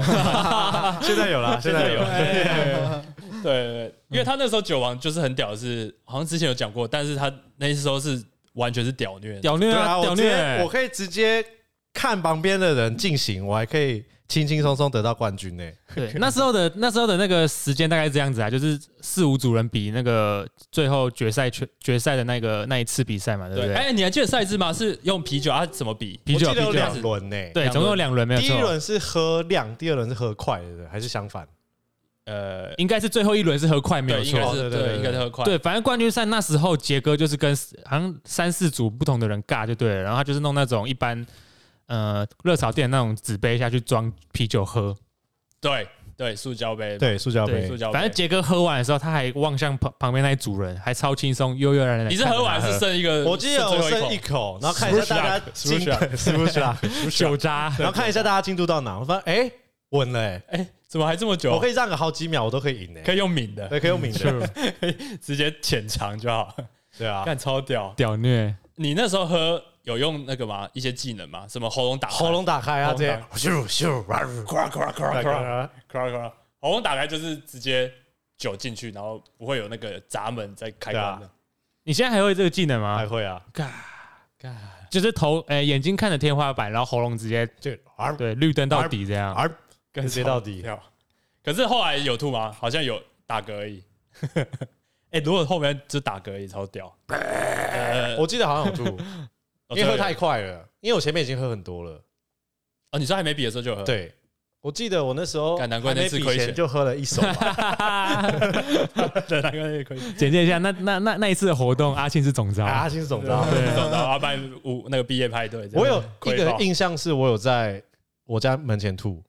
C: 现在有啦，现在有。
B: 哎 *laughs* 对，对对因为他那时候九王就是很屌的是，好像之前有讲过，但是他那时候是完全是屌虐，
A: 屌虐
C: 对
A: 啊，
C: 啊，我
A: 屌
C: 直接我
A: 虐！
C: 可以直接看旁边的人进行，我还可以轻轻松松得到冠军呢、
B: *laughs*
A: 对，那时候的那时候的那个时间大概是这样子啊，就是四五组人比那个最后决赛圈决赛的那个那一次比赛嘛，对不
B: 对，
A: 对？
B: 哎，你还记得赛制吗？是用啤酒啊？怎么比？
A: 啤酒
C: 我记得有
A: 啤酒
C: 两轮呢。
A: 对，
B: 两轮
A: 总共有两轮没有
C: 第一
A: 错，
C: 轮是喝量，第二轮是喝快的，对不对还是相反？
B: 呃，
A: 应该是最后一轮是和快没有
B: 对，应该
A: 错。
B: 是
C: 对对
B: 对，
C: 对
B: 应该是喝快，
A: 对，反正冠军赛那时候杰哥就是跟好像三四组不同的人尬就对了，然后他就是弄那种一般呃热炒店那种纸杯下去装啤酒喝，
B: 对对，塑胶杯，
C: 对，塑胶
A: 对
C: 杯
B: 塑。胶杯。
A: 反正杰哥喝完的时候，他还望向旁旁边那一组人，还超轻松悠悠然然。
B: 你是喝完是剩一个，
C: 我记得
B: 最
C: 我
B: 后
C: 剩一
B: 一口，
C: 口，然后看一下大家进
B: 是不是
C: *laughs*
B: 啊
C: 是不是啊？
A: 酒渣，
C: *laughs* 然后看一下大家进度到哪，我发现哎稳了欸，
B: 哎，怎么还这么久？
C: 我可以让个好几秒，我都可以赢呢
B: 可。以用抿的，
C: 对，可以用名字，
B: 直接浅尝就好，
C: 对啊。
B: 干超屌。
A: 屌虐，
B: 你那时候喝有用那个吗？一些技能吗？什么喉咙打开
C: 喉咙打开啊，
B: 喉
C: 这
B: 咙打
C: 样咻咻，哇呜
B: 咔啦咔啦咔啦咔啦
C: 对
B: 咔啦咔啦，喉咙打开就是直接酒进去，然后不会有那个闸门在开关
C: 对啊
B: 的。
A: 你现在还会这个技能
C: 还
A: 吗？
C: 会啊，
B: 干
A: 就是头呃眼睛看着天花板，然后喉咙直接
C: 就啊
A: 对绿灯到底这样。
C: 啊，
B: 跟
C: 直接到底。
B: 跳。可是后来有吐吗？好像有打嗝而已。 *laughs* 哎，如果后面就打嗝也超屌。呃
C: 我记得好像有
B: *laughs*
C: 吐，
B: 哦
C: 因
B: 最
C: 为喝
B: 后有
C: 太快了，因为我前面已经喝很多了。
B: 哦，你说还没比的时候就有喝。
C: 对，我记得我那时候
B: 干难怪那次亏钱
C: 还没比前就喝了一手吧，
B: 对，那个可以。
A: 简介一下，那那那那一次的活动，阿庆是总招，
C: 啊，金总招。
B: 对，然后阿班五那个毕业派对这样，
C: 我有一
B: 亏
C: 个
B: 爆
C: 印象是我有在我家门前吐，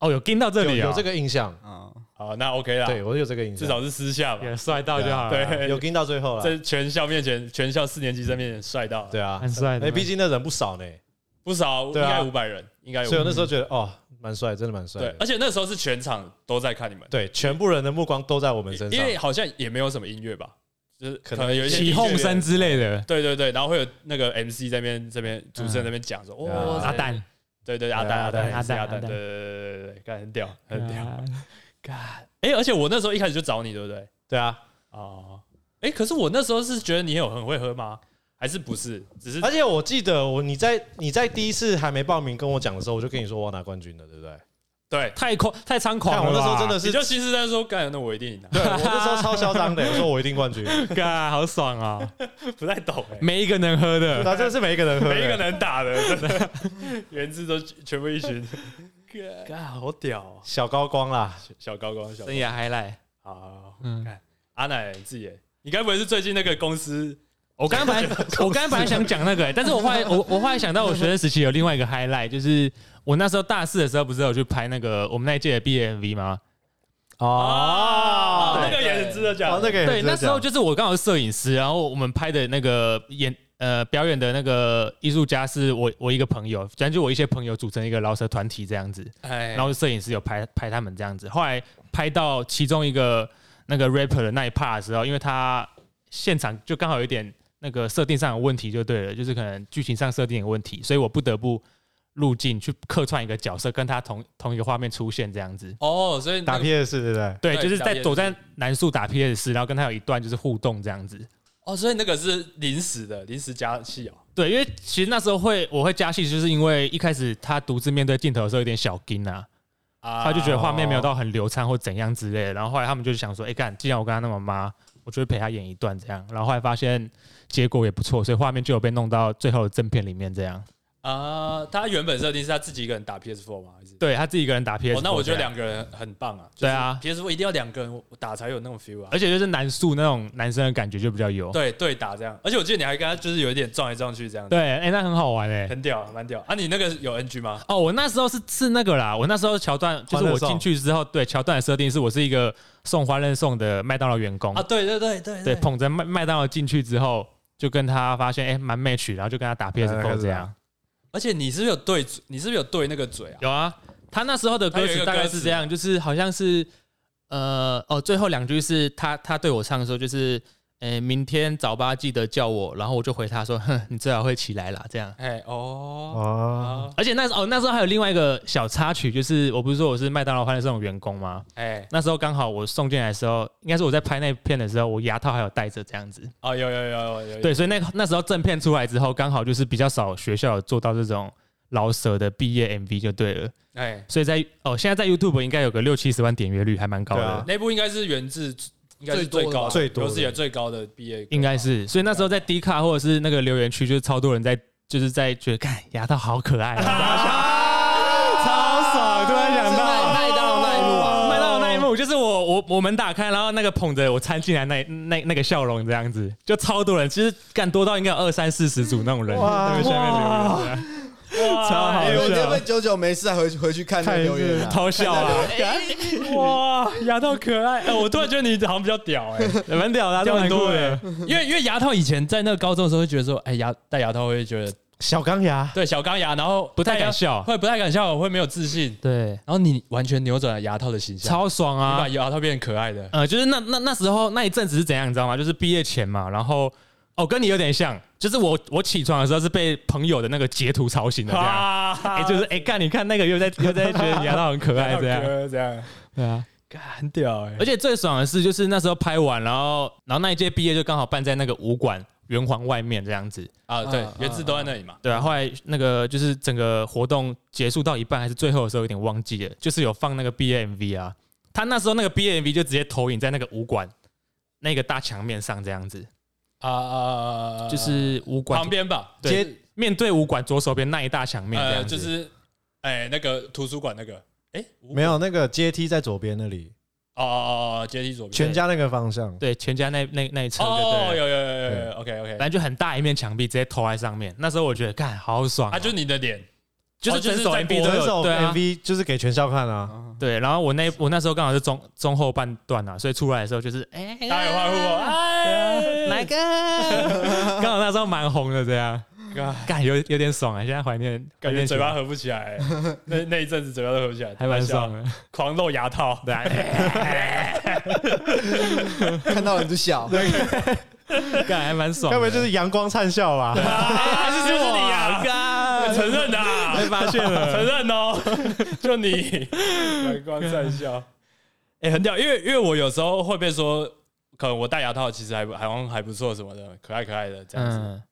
A: 哦，有跟到这
C: 有
A: 里哦
C: 有这个印象，
D: 哦
E: 啊，
B: 好，那 OK 啦，
C: 对我有这个印
B: 啊至
C: 象，
B: 少是私下吧
A: 也，帅到就好了，
B: 对
C: 有跟到最后了。
B: 在全校面前，全校四年级生面前帅到，
C: 对啊
A: 蛮，帅的。
C: 哎，毕竟那人不少呢，
B: 不少，应
C: 对啊
B: 该五百人，应该有
C: 所以我那时候觉得哦，蛮帅，真的蛮帅
B: 对，
C: 的。
B: 而且那时候是全场都在看你们，
C: 对，全部人的目光都在我们身
B: 因
C: 上，
B: 为好像也没有什么音乐吧，就是可
C: 可
B: 能
C: 能
B: 有一些
A: 起
B: 音乐
A: 哄声，之类的，
B: 对对对，然后会有那个 MC 在那边这边主持人在那边讲说，
C: 对啊
B: 哦，
A: 阿蛋，
B: 对，对对阿蛋阿
C: 阿
B: 蛋
C: 蛋
B: 阿蛋阿
A: 阿
B: 蛋，
A: 蛋阿
B: 对
A: 蛋
B: 对对对对对，干很屌很屌，
A: 啊
B: 干，哎，而且我那时候一开始就找你，对不对？
C: 对啊。
B: 哦，哎，可是我那时候是觉得你有很会喝吗？还是不是？只是
C: 而且我记得我你在你在第一次还没报名跟我讲的时候，我就跟你说我要拿冠军的，对不对？
B: 对，
A: 太狂太猖狂
C: 看
A: 了吧，
C: 我那时候真的
B: 哦你
C: 是，
B: 就心思在说，干，那我一定赢啊，
C: 对我那时候超嚣张的，我说我一定冠军，
A: 嘎，好爽
C: *laughs*
A: 啊！
B: *laughs* 不太 *laughs* 懂哎。
A: 没一个能喝的，
C: 那真的是每一个人喝的，
B: 每一个能打的，真的， *laughs* 原字都全部一群，干好屌、哦，
C: 小高光啦，
B: 小高光，小高
A: 生涯 highlight。
B: 好好，好
A: 嗯
B: 看阿奶你自己耶，你该不会是最近那个公司
A: 我刚刚本
C: *laughs*
A: 来我刚刚本来想讲那个、欸但是我后来我我后来想到，我学生时期有另外一个 highlight，就是我那时候大四的时候，不是有去拍那个我们那一届的毕业 MV 吗？
B: 哦，那
C: 对
B: 个也很值得讲
C: 哦，那个也
A: 对，
C: 值得
A: 那时候
C: 讲
A: 就是我刚好是摄影师，然后我们拍的那个演呃表演的那个艺术家是我我一个朋友，反正就我一些朋友组成一个饶舌团体这样子，
B: 哎，
A: 然后摄影师有拍拍他们这样子。后来拍到其中一个那个 rapper 的那一 part 的时候，因为他现场就刚好有一点那个设定上有问题，就对了，就是可能剧情上设定有问题，所以我不得不入镜去客串一个角色，跟他同同一个画面出现这样子。
B: 哦，所以那
C: 打
B: 个
C: PS 对不对？
A: 对，
B: 对
A: 就是
B: 了
A: 在
B: 解
A: 躲在南树打 PS，然后跟他有一段就是互动这样子。
B: 哦，所以那个是临时的，临时加戏哦，
A: 对，因为其实那时候会我会加戏，就是因为一开始他独自面对镜头的时候有点小惊啊，
B: 啊
A: 他就觉得画面没有到很流畅或怎样之类的。然后后来他们就想说，哎、干，既然我跟他那么妈，我就会陪他演一段这样。然后后来发现结果也不错，所以画面就有被弄到最后的正片里面这样。
B: 啊，他原本设定是他自己一个人打 PS4 吗？还是？
A: 对他自己一个人打 PS，、
B: 哦，那我觉得两个人很棒啊。
A: 对啊哎
B: ，PS4 一定要两个人打才有那种 feel 啊。
A: 而且就是男宿那种男生的感觉就比较有。
B: 对对打这样，而且我记得你还跟他就是有一点撞来撞去这样，
A: 对，，哎、那很好玩哎、
B: 很屌，蛮屌啊！你那个有 NG 吗？
A: 哦，我那时候是是那个啦，我那时候桥段就是
C: 欢
A: 我
C: 乐颂
A: 进去之后，对桥段的设定是我是一个送花认送的麦当劳员工，
B: 啊，对对对对
A: 嗯对，捧着麦麦当劳进去之后，就跟他发现哎蛮 match，然后就跟他打 PS
C: 开
A: Four
C: 始
A: 这
C: 打
A: 样。
B: 而且你是不是有对嘴，你是不是有对那个嘴啊？
A: 有啊，他那时候的歌词大概是这样，就是好像是
E: 呃，哦，最后两句是他他对我唱说，就是，
A: 哎
E: 呃，明天早八记得叫我，然后我就回他说，哼，你最好会起来啦，这样。
B: 哎哦
C: 啊，
B: 啊
A: 而且那时候哦，那时候还有另外一个小插曲，就是我不是说我是麦当劳欢乐颂的员工吗？
B: 哎
A: 那时候刚好我送进来的时候，应该是我在拍那片的时候，我牙套还有戴着这样子。
B: 哦有有有有有
A: 对，所以那那时候正片出来之后，刚好就是比较少学校有做到这种老舍的毕业 MV 就对了。
B: 哎
A: 所以在哦，现在在 YouTube 应该有个六七十万点阅率，还蛮高的，
C: 对啊
B: 那部应该是源自应该是最高的
C: 最多的
B: 有史以来最高的毕业歌吧，
A: 应该是。所以那时候在 D 卡或者是那个留言区，就是超多人在就是在觉得，看牙套好可爱、 *laughs* 啊，
C: 超爽！突然想
D: 麦
C: 到，
D: 麦当劳那一幕啊，
A: 麦当劳那一幕，就是我我我门打开，然后那个捧着我餐进来那那那个笑容这样子，就超多人，其实干多到应该有二三四十组那种人
C: 哇
A: 那个下面留言啊
C: 超
A: 哎
C: 好
D: 有那
C: 笑
D: 份，九九没事还回回去看那个留言
A: 这样，
D: 啊，
A: *laughs* 偷笑啊，
B: 哇牙套可爱，哎我突然觉得你好像比较屌哎，
A: 蛮屌的啊，
B: 掉
A: 都
B: 很
A: 很
B: 多
A: 多
B: 哎
A: 人。，
B: *laughs* 因为因为牙套以前在那个高中的时候会觉得说，哎牙戴牙套会觉得
C: 小钢牙，
B: 对小钢牙，然后
A: 不太
B: 戴牙
A: 敢笑，
B: 会不太敢笑，会没有自信，
A: 对，
B: 然后你完全扭转了牙套的形象，
A: 超爽
B: 你
A: 啊
B: 把！牙套变成可爱 *laughs* 的，
A: 呃，就是那那那时候那一阵子是怎样，你知道吗？就是毕业前嘛，然后哦，跟你有点像，就是我我起床的时候是被朋友的那个截图吵醒的，这样，哎、就是哎干、你看那个又在又在觉得你牙套很
E: *laughs*
A: 可爱这样，
B: 这哎样，
A: 对啊。
B: 干很屌哎
A: 而且最爽的是，就是那时候拍完，然后然后那一届毕业就刚好办在那个武馆圆环外面这样子，
B: 啊，对
D: 啊，
B: 原子都在那里嘛，
A: 对啊。后来那个就是整个活动结束到一半还是最后的时候，有点忘记了，就是有放那个毕业 MV 啊。他那时候那个毕业 MV 就直接投影在那个武馆那个大墙面上这样子，
B: 啊啊啊啊，啊
A: 就是武馆
B: 旁边吧，
A: 对面对武馆左手边那一大墙面这
B: 呃，
A: 样子，
B: 就是哎那个图书馆那个，哎
C: 没有那个阶梯在左边那里，
B: 哦哦哦，阶梯左边，
C: 全家那个方向，
A: 对全家那那那一侧，
B: 哦，
A: 对对。
B: 有有有有有，OK OK，
A: 反正就很大一面墙壁直接投在上面，那时候我觉得干好爽啊、
B: 啊，就是你的脸，
A: 就是
B: 哦就是
A: 整首
B: 在
A: MV
B: 播
A: 都
C: 整
A: 有
C: 首
A: 对啊，
C: MV 就是给全校看啊。
A: 对，然后我那我那时候刚好是中中后半段啊，所以出来的时候就是哎，
E: 哎、
B: 大家有欢呼哦，哎，
E: 哪
B: *laughs*
E: 个？
A: 刚好那时候蛮红的这样，感有有点爽啊，现在怀念，
B: 感
A: 怀
B: 觉
A: 念起
B: 嘴
A: 来
B: 巴合不起来，哎那那一阵子嘴巴都合不起来，
A: 还蛮爽的，
B: 狂露牙套， *laughs* 啊
A: 对啊，
D: 看到人就笑，
A: 感还
B: *laughs*
A: 蛮爽的，
C: 该不会就是阳光灿笑吧？
B: 还是就是你
A: *laughs*
B: 呀，
A: 啊
B: 承认的啊，
A: 被发现了，
B: 承认哦，就你，阳光在笑，哎，很屌，因为因为我有时候会被说，可能我戴牙套其实还不还好像还不错什么的，可爱可爱的 *laughs* 这样子，
A: 嗯，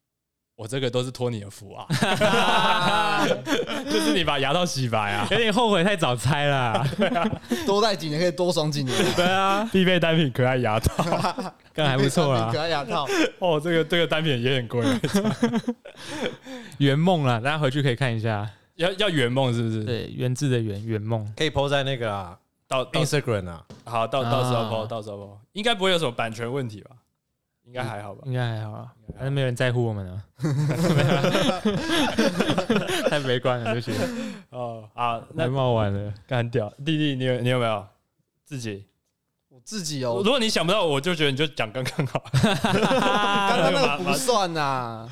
B: 我这个都是托你的福啊， *laughs* 就是你把牙套洗白啊，
A: 有点后悔太早猜啦，
D: *laughs* 多戴几年可以多爽几年，
A: *laughs* 对啊，
B: *laughs* 必备单品可爱牙套，
A: 感还不错啊
D: *laughs*
A: 啦
D: 可，爱啊牙套，
B: 哦，这个这个单品也很贵，
A: 圆梦啦，大家回去可以看一下，
B: 要要圆梦是不是？
A: 对，原字的圆圆梦，
C: 可以 PO 在那个啊
B: 到到
C: Instagram 啊，
B: 好到到时候
A: 啊
B: 包，到时候包，应该不会有什么版权问题吧？应该还好吧？
A: 应该还好啊，反正没有人在乎我们 *laughs* 啊，太悲观了，对不起，
B: 哦啊，那
A: 太冒玩了。
B: 干很屌，弟弟，你有你有没有自己？
D: 我自己
B: 如
D: 哦，
B: 果你想不到，我就觉得你就讲刚刚好。
D: 刚
B: 刚
D: 刚那个不算呐。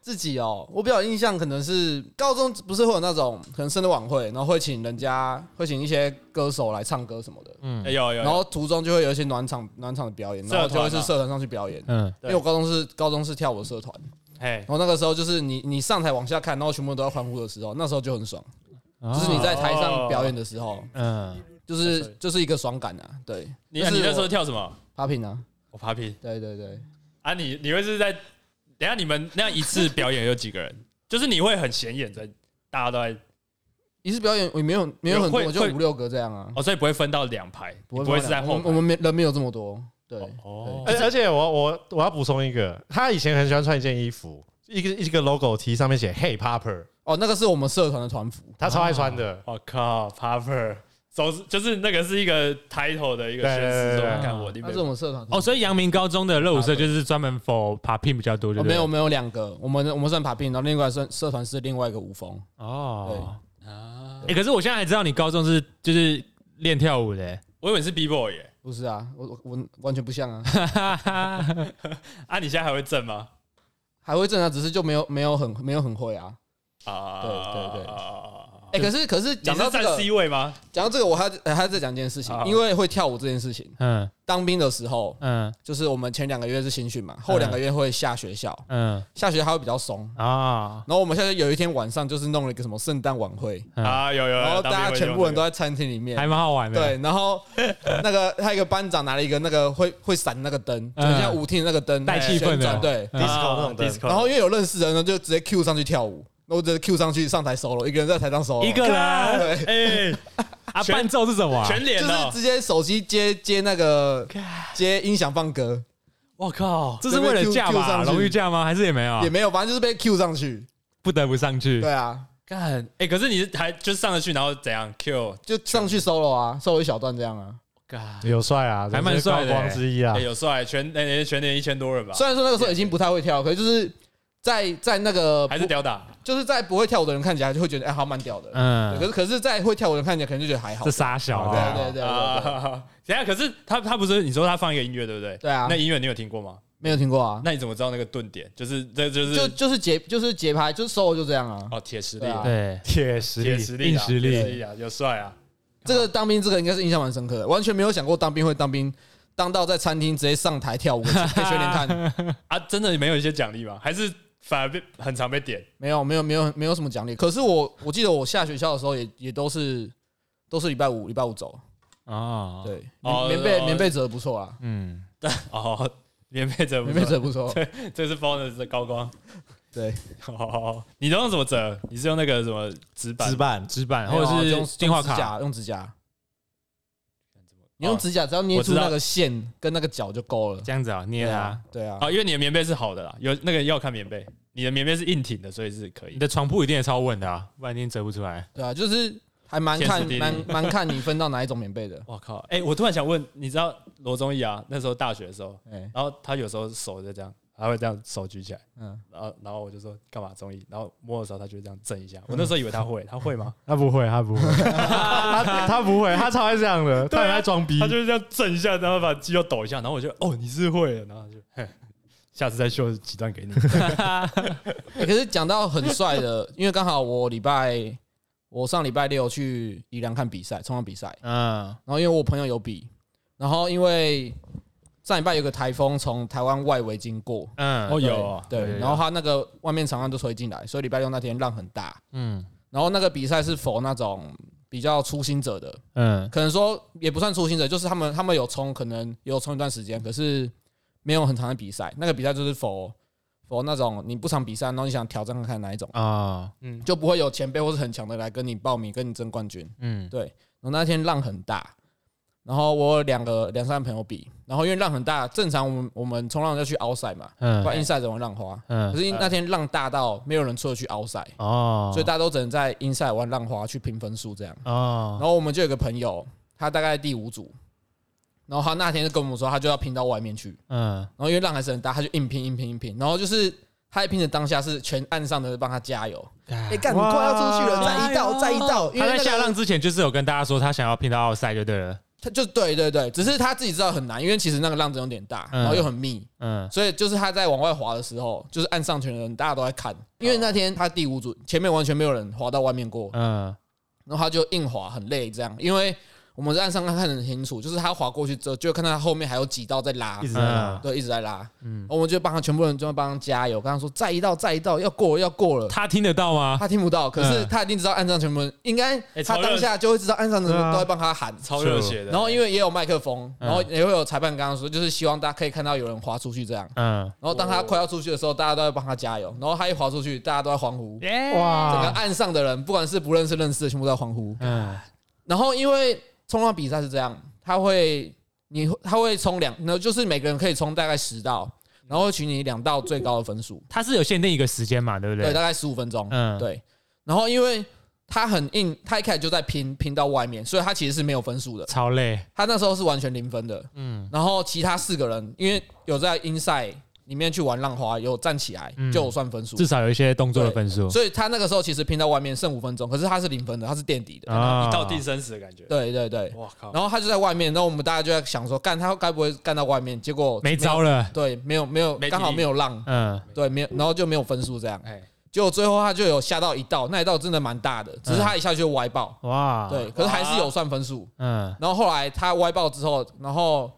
D: 自己哦，我比较有印象可能是高中不是会有那种可能生日晚会，然后会请人家会请一些歌手来唱歌什么的，
A: 嗯
B: 哎有有
D: 然后途中就会有一些暖场暖场的表
B: 啊
D: 演，然后就会是社团上去表演。
A: 嗯，
D: 因为我高中是高中是跳舞社团，
B: 哎
D: 然，后那个时候就是你你上台往下看，然后全部都在欢呼的时候，那时候就很爽，
A: 就
D: 就是你在台上表演的时
B: 哦
D: 候，
A: 嗯，
D: 就是就是一个爽感啊，对
B: 你
D: 就是
B: 你那
D: 我
B: 时候跳什么？
D: ，popping 啊，
B: 我 Papi
D: 对对对，
B: 啊，你你会是在等一下你们那一次表演有几个人？ *laughs* 就是你会很显眼在大家都在
D: 一次表演也没有没有很
B: 会
D: 多，就
B: 会
D: 五六个这样啊，
B: 哦，所以不会分到两排，你不
D: 会
B: 会是在后
D: 我
B: 排
D: 们我们没人没有这么多，对，哎
B: 哦
C: 而而且我我我要补充一个，他以前很喜欢穿一件衣服，一个一个 logo T 上面写 Hey Popper，
D: 哦，那个是我们社团的团服，
C: 他超爱穿的。
B: 我靠，Puffer，总之就是那个是一个 title 的一个
C: 对
B: 宣示，
C: 对对
B: 说
A: 对
B: 看我里面
D: 那是我们社团
A: 哦，所
D: 以
A: 以阳明高中的热舞社就是专门 for popping 比较多，就
D: 哦
A: 对
D: 没
A: 了
D: 有没有两个，我们我们算爬病，然后另外社社团是另外一个舞风，
A: 哦。
E: 啊
A: 哎、，可是我现在还知道你高中是就是练跳舞 *laughs* 的、
B: 我以为你是 B boy 耶，
D: 不是啊，我我我完全不像啊，
B: 啊，你现在还会正吗？
D: 还会正啊常，只是就没有没有很没有很会啊。
B: 啊，
D: 对对对
B: 对
D: 哎，可是可是讲到这
B: 站
D: 个
B: C 位吗？
D: 讲到这个，我还还要再讲一件事情
B: 好，
D: 因为会跳舞这件事情，
A: 嗯
D: 当兵的时候
A: 嗯
D: 就是我们前两个月是新训嘛，后两个月会下学校，
A: 嗯
D: 下学校还会比较松。
A: 啊
D: 然后我们下学有一天晚上就是弄了一个什么圣诞晚会，
A: 嗯
B: 啊，有有，有
D: 然后
B: 当兵
D: 大家
B: 会
D: 全
B: 用
D: 部人
B: 这
D: 都
B: 个
D: 在餐厅里面，
A: 还蛮好玩的。，
D: 对，然后那个他一个班长拿了一个那个会会闪那个灯，就
A: 嗯
D: 是像舞厅的那个灯
A: 带气氛的
D: 旋转对。
A: 嗯
C: 啊 disco 那种灯
B: disco，
D: 然哦后因为有认识的人呢，就直接 Q 上去跳舞，那我直接 Q 上去上台 solo，一个人在台上 solo，
A: 一个人啊，
D: 对，
B: 哎，
D: *laughs*
B: 全
A: 伴奏是什么、啊？
B: 全脸
D: 就
B: 哦
D: 是，直接手机接接那个接音响放歌，
B: 我靠，
A: 这是为了嫁
D: 这边 Q- Q
A: 吧？
D: 上去
A: 荣誉嫁吗？还是也没有啊？嗯
D: 也没有，反正就是被 Q 上去。
A: 不得不上去。
D: 对啊，
B: 干，哎，可是你还就上得去，然后怎样 Q？
D: 就上去 solo 啊，solo 一小段这样啊。
B: 干，
C: 有帅啊，
A: 还蛮帅的欸
C: 人生高光之一啊
B: 哎，。有帅，全哎全年一千多人吧，
D: 虽然说那个时候已经不太会跳，可是就是在在那个
B: 还是屌打，
D: 就是在不会跳舞的人看起来就会觉得哎，好蛮屌的。对可
A: 嗯，
D: 是可是，在会跳舞的人看起来可能就觉得还好
A: 这。傻小
D: 对
A: 的、
D: 对对对对，
B: 啊， *laughs* 等一下，可是他他不是你说他放一个音乐对不对？
D: 对啊
B: 那音乐你有听过吗？
D: 没有听过啊。
B: 那你怎么知道那个顿点？就是这就是
D: 就就是节就是节拍，就是 solo 就这样啊。
B: 哦铁实力
D: 对，啊
A: 对，
C: 铁实
B: 铁
C: 力，
B: 实力啊，
A: 硬实力
B: 铁啊，有帅啊，
D: 这个当兵这个应该是印象蛮深刻的，完全没有想过当兵会当兵，当到在餐厅直接上台跳舞给给学员看，
B: 啊，真的没有一些奖励吗？还是反而被很常被点？
D: 没有没有没有没有什么奖励。可是我我记得我下学校的时候也也都是都是礼拜五礼拜五走，
A: 哦，
D: 对，
B: 哦
D: 棉棉
B: 哦
D: 被棉被折得不错啊，
A: 嗯，
B: 哦， *laughs* 免费折，
D: 棉被折得不错，
B: 这是 bonus 的高光。
D: 对，
B: 哦，你都用什么折？你是用那个什么纸板？
C: 直板
A: 纸板
D: 没
A: 或
D: 有啊就
A: 者
D: 用
A: 是电话
D: 用指
A: 卡，
D: 甲用指甲，你用指甲只要捏
B: 我知
D: 住
B: 道
D: 那个线跟那个角就够了。
A: 这样子啊，捏
D: 对
A: 它
D: 啊。，对啊，
B: 啊，因为你的棉被是好的啦，有那个要看棉被，你的棉被是硬挺的，所以是可以
A: 你。的床铺一定也超稳的啊，不然一定折不出来。
D: 对啊，就是还蛮
B: 天时
D: 看
B: 地利
D: 蛮蛮看你分到哪一种棉被的。
B: 我靠！哎、我突然想问，你知道罗宗义啊？那时候大学的时候，
D: 哎，
B: 然后他有时候手就这样，他会这样手举起来，
D: 嗯，
B: 然后然后我就说干嘛中医，然后摸的时候他就这样震一下，我那时候以为他会，他会吗？
C: 他不会，他 *laughs* 不会，他他不会，他超爱这样的，他很爱装逼
B: 他。就是这样震一下，然后把肌肉抖一下，然后我就哦你是会的，然后就 *laughs* 嘿下次再秀几段给你。
D: 欸可是讲到很帅的，因为刚好我礼拜我上礼拜六去宜兰看比赛，冲浪比赛，
A: 嗯，
D: 然后因为我朋友有比，然后因为上礼拜有个台风从台湾外围经过，
A: 嗯，
B: 哦有啊
D: 对，
A: 有有
D: 对然后他那个外面长浪就吹进来，所以礼拜六那天浪很大，
A: 嗯
D: 然后那个比赛是否那种比较初心者的，
A: 嗯
D: 可能说也不算初心者，就是他们他们有冲，可能有冲一段时间，可是没有很长的比赛。那个比赛就是否否那种你不常比赛，然后你想挑战看看哪一种，
A: 啊
D: 就不会有前辈或是很强的来跟你报名，跟你争冠军。
A: 嗯
D: 对，然后那天浪很大，然后我有两个两三个朋友比，然后因为浪很大，正常我们我们冲浪要去 outside 嘛，不
A: 嗯
D: 然 inside 怎么浪花？可
A: 嗯
D: 是因为那天浪大到没有人出得去 outside，
A: 哦，
D: 所以大家都只能在 inside 玩浪花去拼分数这样。然
A: 哦
D: 后我们就有个朋友，他大概第五组，然后他那天就跟我们说，他就要拼到外面去，
A: 嗯
D: 然后因为浪还是很大，他就硬拼硬拼硬拼，然后就是他一拼的当下是全岸上的人帮他加油，哎，干，你快要出去了，再一道再一道，因
A: 他
D: 为那
A: 在
D: 个
A: 下浪，之前就是有跟大家说他想要拼到奥赛就对了，
D: 他就对对对，只是他自己知道很难，因为其实那个浪真的有点大，
A: 嗯
D: 然后又很密，
A: 嗯
D: 所以就是他在往外滑的时候，就是岸上全人大家都在看，因为那天他第五组前面完全没有人滑到外面过，
A: 嗯
D: 然后他就硬滑，很累这样，因为我们在岸上看得很清楚，就是他滑过去之后，就看到他后面还有几道在拉
C: 一，直在那
A: 嗯
D: 对，一直在拉，
A: 嗯，
D: 我们就帮他全部人就帮他加油，跟他说再一道再一道，要过了要过了。
A: 他听得到吗？
D: 他听不到，可是
A: 啊嗯
D: 他一定知道岸上全部人，应该
B: 欸
D: 他
B: 超热
D: 当下就会知道岸上的
C: 对啊
D: 人都在帮他喊。
B: 超热血的。
D: 然后因为也有麦克风，
A: 嗯
D: 然后也会有裁判刚刚说，就是希望大家可以看到有人滑出去这样。
A: 嗯，
D: 然后当他快要出去的时候，大家都在帮他加油。然后他一滑出去，大家都在欢呼，整个
C: 哇，
D: 岸上的人，不管是不认识认识的，全部都在欢呼。
A: 嗯
D: 然后因为冲浪比赛是这样，他会你他会冲两，那就是每个人可以冲大概十道，然后会取你两到最高的分数，
A: 它是有限定一个时间嘛，对不
D: 对，
A: 对？
D: 大概十五分钟，
A: 嗯，
D: 对。然后因为他很硬，他一开始就在拼拼到外面，所以他其实是没有分数的，
A: 超累，
D: 他那时候是完全零分的，嗯。然后其他四个人因为有在 inside 里面去玩浪花，有站起来
A: 嗯
D: 就有算分数，
A: 至少有一些动作的分数
D: 所以他那个时候其实拼到外面剩五分钟，可是他是零分的，他是垫底的，
A: 啊
B: 一到定生死的感觉。
D: 对对对。
B: 哇靠！
D: 然后他就在外面，然后我们大家就在想说，干他该不会干到外面？结果
A: 没招
D: 了，
A: 了，
D: 对，没有没有
B: 没体，力
D: 刚好没有浪，
A: 嗯，
D: 对，没有，然后就没有分数这样。
B: 哎，
D: 结果最后他就有下到一道，那一道真的蛮大的，只是他一下就歪爆，
A: 哇，，
D: 对，可是还是有算分数。
A: 嗯，
D: 然后后来他歪爆之后，然后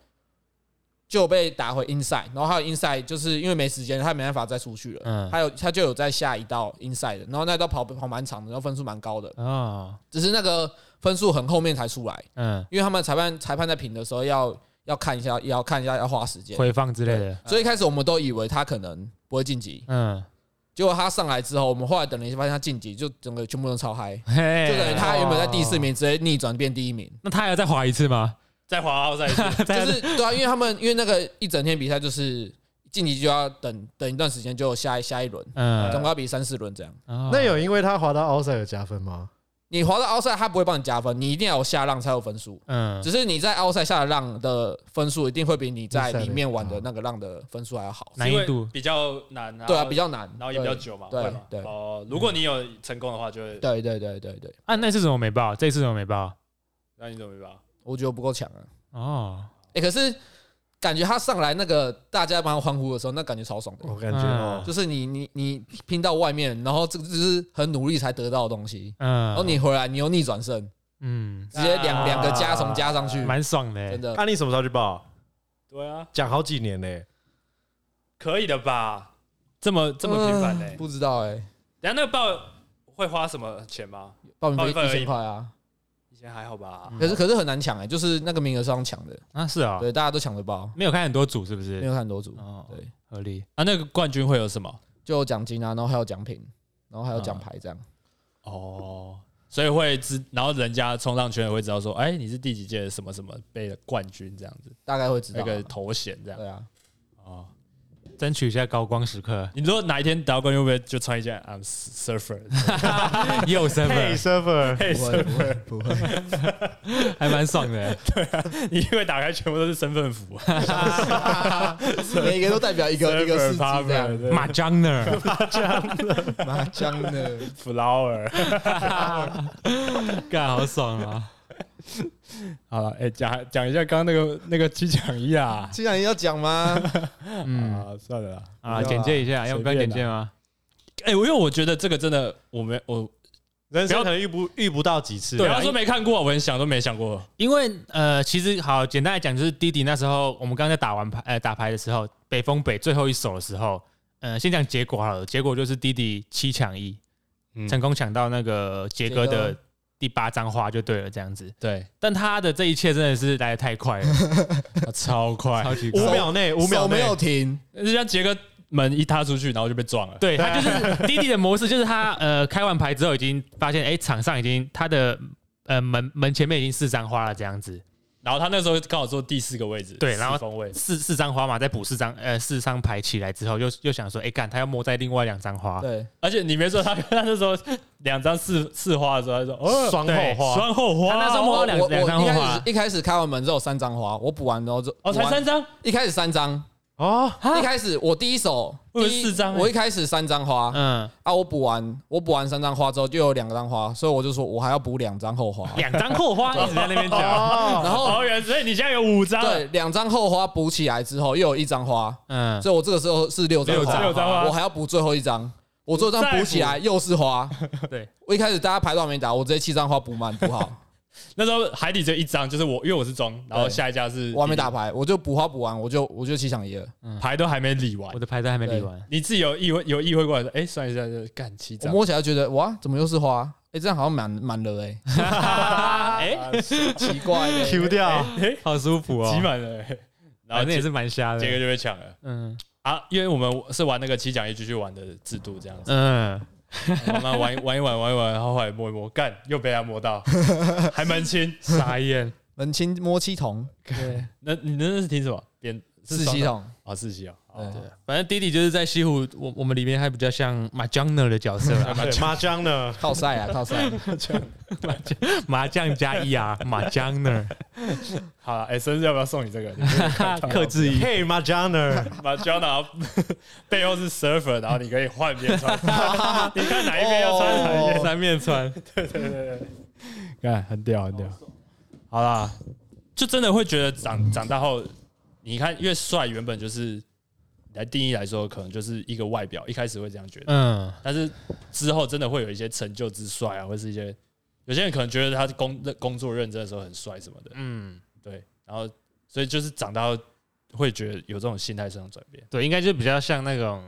D: 就被打回 inside，然后还有 inside 就是因为没时间，他没办法再出去了。
A: 嗯
D: 还有他就有在下一道 inside 的，然后那道跑跑蛮长的，然后分数蛮高的，
A: 哦，
D: 只是那个分数很后面才出来，
A: 嗯，
D: 因为他们裁判裁判在评的时候要要看一下，也要看一下，要花时间。
A: 回放之类的，
D: 所以一开始我们都以为他可能不会晋级，
A: 嗯，
D: 结果他上来之后，我们后来等了一下，发现他晋级，就整个全部都超嗨，
A: 嘿
D: 就等于他原本在第四名直接逆转变第一名。
A: 那他还要再滑一次吗？
B: 在华奥赛事
D: 就是对啊，因为他们因为那个一整天比赛就是晋级就要等等一段时间，就有下一下一轮，总
A: 嗯，
D: 共要比三四轮这样。
A: 哦
C: 那有因为他滑到奥赛有加分吗？
D: 你滑到奥赛，他不会帮你加分，你一定要有下浪才有分数。
A: 嗯
D: 只是你在奥赛下的浪的分数，一定会比你在
C: 比赛的
D: 里面玩
B: 嗯
D: 的那个浪的分数还要好。
A: 难易度
B: 比较难，
D: 对啊，比
B: 较
D: 较难，
B: 然后也比较久嘛，
D: 对
B: 会嘛
D: 对
B: 哦，如果你有成功的话，就会
D: 对对对对对，
A: 啊，那次怎么没报？这次怎么没报？
B: 那你怎么办？
D: 我觉得我不够强啊。
A: 哦，
D: 哎，可是感觉他上来那个大家帮他欢呼的时候，那感觉超爽的。
C: 我感觉哦，
D: 就是你你你拼到外面，然后这个就是很努力才得到的东西，
A: 嗯，
D: 然后哦你回来你又逆转胜，
A: 嗯，
D: 直接两
B: 啊
D: 两个加从加上去，
A: 蛮爽的欸
D: 真，的
C: 那你什么时候去报？
B: 对啊，
C: 讲好几年嘞，
B: 可以的吧？这么这么频繁呢？
D: 嗯不知道哎，
B: 等下那个报会花什么钱吗？
D: 报名
B: 报
D: 费
B: 名费而
D: 一
B: 已
D: 千块啊，
B: 以前还好吧？
A: 嗯
D: 可是可是很难抢哎，就是那个名额是上抢的，
A: 啊是啊，
D: 对，大家都抢得爆，
A: 没有看很多组是不
D: 没
A: 是？
D: 有看很多组，
A: 哦，
D: 对，
A: 合理。
B: 啊，那个冠军会有什么？
D: 就有奖金啊，然后还有奖品，然后还有奖牌这样，
B: 哦，所以会知，然后人家冲浪圈也会知道说，哎，你是第几届的什么什么杯的冠军这样子，
D: 大概会知道
B: 那
D: 啊，
B: 个头衔这样。
D: 对啊，
B: 哦，，
A: 争取一下高光时刻
B: 你如果哪一天得到冠军，会不会就穿一件 I'm surfer？
A: 又身份
C: *laughs* server，
B: 嘿
D: 不会不会不会，
A: 还蛮爽的。
B: *laughs* 你因为打开全部都是身份符，
D: 每个都代表一
B: *laughs*
D: 个 *laughs* 一个世纪这样，
A: 马张呢？
D: 麻将的
B: flower。
A: 干好爽啊！
B: 好了，哎，讲讲一下刚刚那个那个七抢一啊，
D: 既然要讲吗？
A: 嗯
B: 啊，算了啦。
A: 啊，
D: 不要
A: 简
D: 啦
A: 介一下，要
B: 随
A: 不要
B: 便
A: 简
B: 啦
A: 介吗？
B: 哎，我因为我觉得这个真的，我没我
C: 人生
B: 不要
C: 可能遇不遇不到几次。
D: 啊
B: 对，啊他说没看过，我连想都没想过。
A: 因为呃，其实好简单来讲，就是弟弟那时候我们刚才打完牌，呃，打牌的时候，北风北最后一手的时候，呃，先讲结果好了，结果就是弟弟七抢一，
C: 嗯
A: 成功抢到那个杰哥的第八张花就对了，这样子。
B: 对，
A: 但他的这一切真的是来的太快 *laughs* 了，
B: 超快，
A: 超级快
C: 五。秒内，五秒
D: 手没
C: 内
D: 有停，
B: 人家杰哥门一踏出去，然后就被撞了。
A: 对他 *laughs* 就是弟弟的模式，就是他呃开完牌之后已经发现，哎、场上已经他的呃门门前面已经四张花了这样子，
B: 然后他那时候刚好坐第四个位置，
A: 对然后
B: 四分位，
A: 四四张花嘛，再补四张呃四张牌起来之后，又又想说，哎、干他要摸在另外两张花，
D: 对，
B: 而且你没说他他 *laughs* 那时候两张四四花的时候，他说哦
C: 双后花
B: 双后花，
A: 他那时候摸到两
D: 哦我我
A: 两张
D: 一
A: 后
D: 开
A: 花
D: 始，一开始开完门之后有三张花，我补完然后就
B: 哦才
D: 补完
B: 三张，
D: 一开始三张，
C: 哦，
D: 一开始我第一手
B: 我以为
D: 第一
B: 四张欸
D: 我一开始三张花
A: 嗯，
D: 啊，我补完我补完三张花之后就有两张花，所以我就说我还要补两张后花，
A: 两张
D: *laughs*
A: 后花一直在那边讲，
C: 哦，
D: 然后
B: 哦原来所以你现在有五张，
D: 对两张后花补起来之后又有一张花，
A: 嗯，
D: 所以我这个时候是六张
B: 六张六张花
D: 我还要补最后一张。我最后一张补起来又是花，
A: *laughs* 对，
D: 我一开始大家牌都还没打，我直接七张花补满补好，
B: 那时候海底只有一张，就是我因为我是中，然后下一家是
D: 我还没打牌，我就补花补完，我就我就七抢一了。
B: 牌都还没理完
A: 我，的牌都还没理完，
B: 你自己有意会有意会过来说，哎算一下就干七
D: 我
B: 张，
D: 摸起来就觉得哇，怎么又是花？哎、这样好像满满了哎、
B: *laughs*
A: 哎、
B: 啊
D: 奇 *laughs* 怪、欸。
C: Q 掉，
A: 好舒服哦，
B: 挤满了，欸然后
A: 反正也
B: 杰
A: 是蛮瞎
B: 杰哥
A: 的，
B: 就被抢了
A: 嗯
B: 啊，因为我们是玩那个七奖一局去玩的制度这样 *laughs* 子。
A: 嗯，
B: 慢慢玩一玩一玩玩一玩，然后后来摸一摸，干又被他摸到，还蛮轻。
A: 傻 *laughs* 眼，
D: 门清摸七筒，对， *laughs*
B: 那你那是听什么？边
D: 四系
B: 啊
D: 统，
B: 哦四七啊，
E: 对，反正弟弟就是在西湖，我我们里面还比较像马江呢的角色
A: 啊
B: *laughs*
E: 啦，
C: 对麻将呢？
D: 靠赛啊，靠赛！
A: 麻将加
B: *laughs*
A: 一啊，麻将呢？
B: 好了，哎、生日要不要送你这个？你不是
E: 克制一。
C: 嘿，麻将
B: *laughs*
C: 呢？
B: 把胶囊背后是 surfer，然后你可以换边 *laughs* 穿，你看哪一边要穿哪一
D: 哦
B: 边。
E: 三面穿，
B: 看，很屌，很屌。好啦，就真的会觉得长长大后，你看越帅，原本就是来定义来说，可能就是一个外表，一开始会这样觉得，
E: 嗯，
B: 但是之后真的会有一些成就之帅啊，或是一些有些人可能觉得他工工作认真的时候很帅什么的，
A: 嗯，
B: 对，然后所以就是长大后会觉得有这种心态上的转变。
A: 对，应该就比较像那种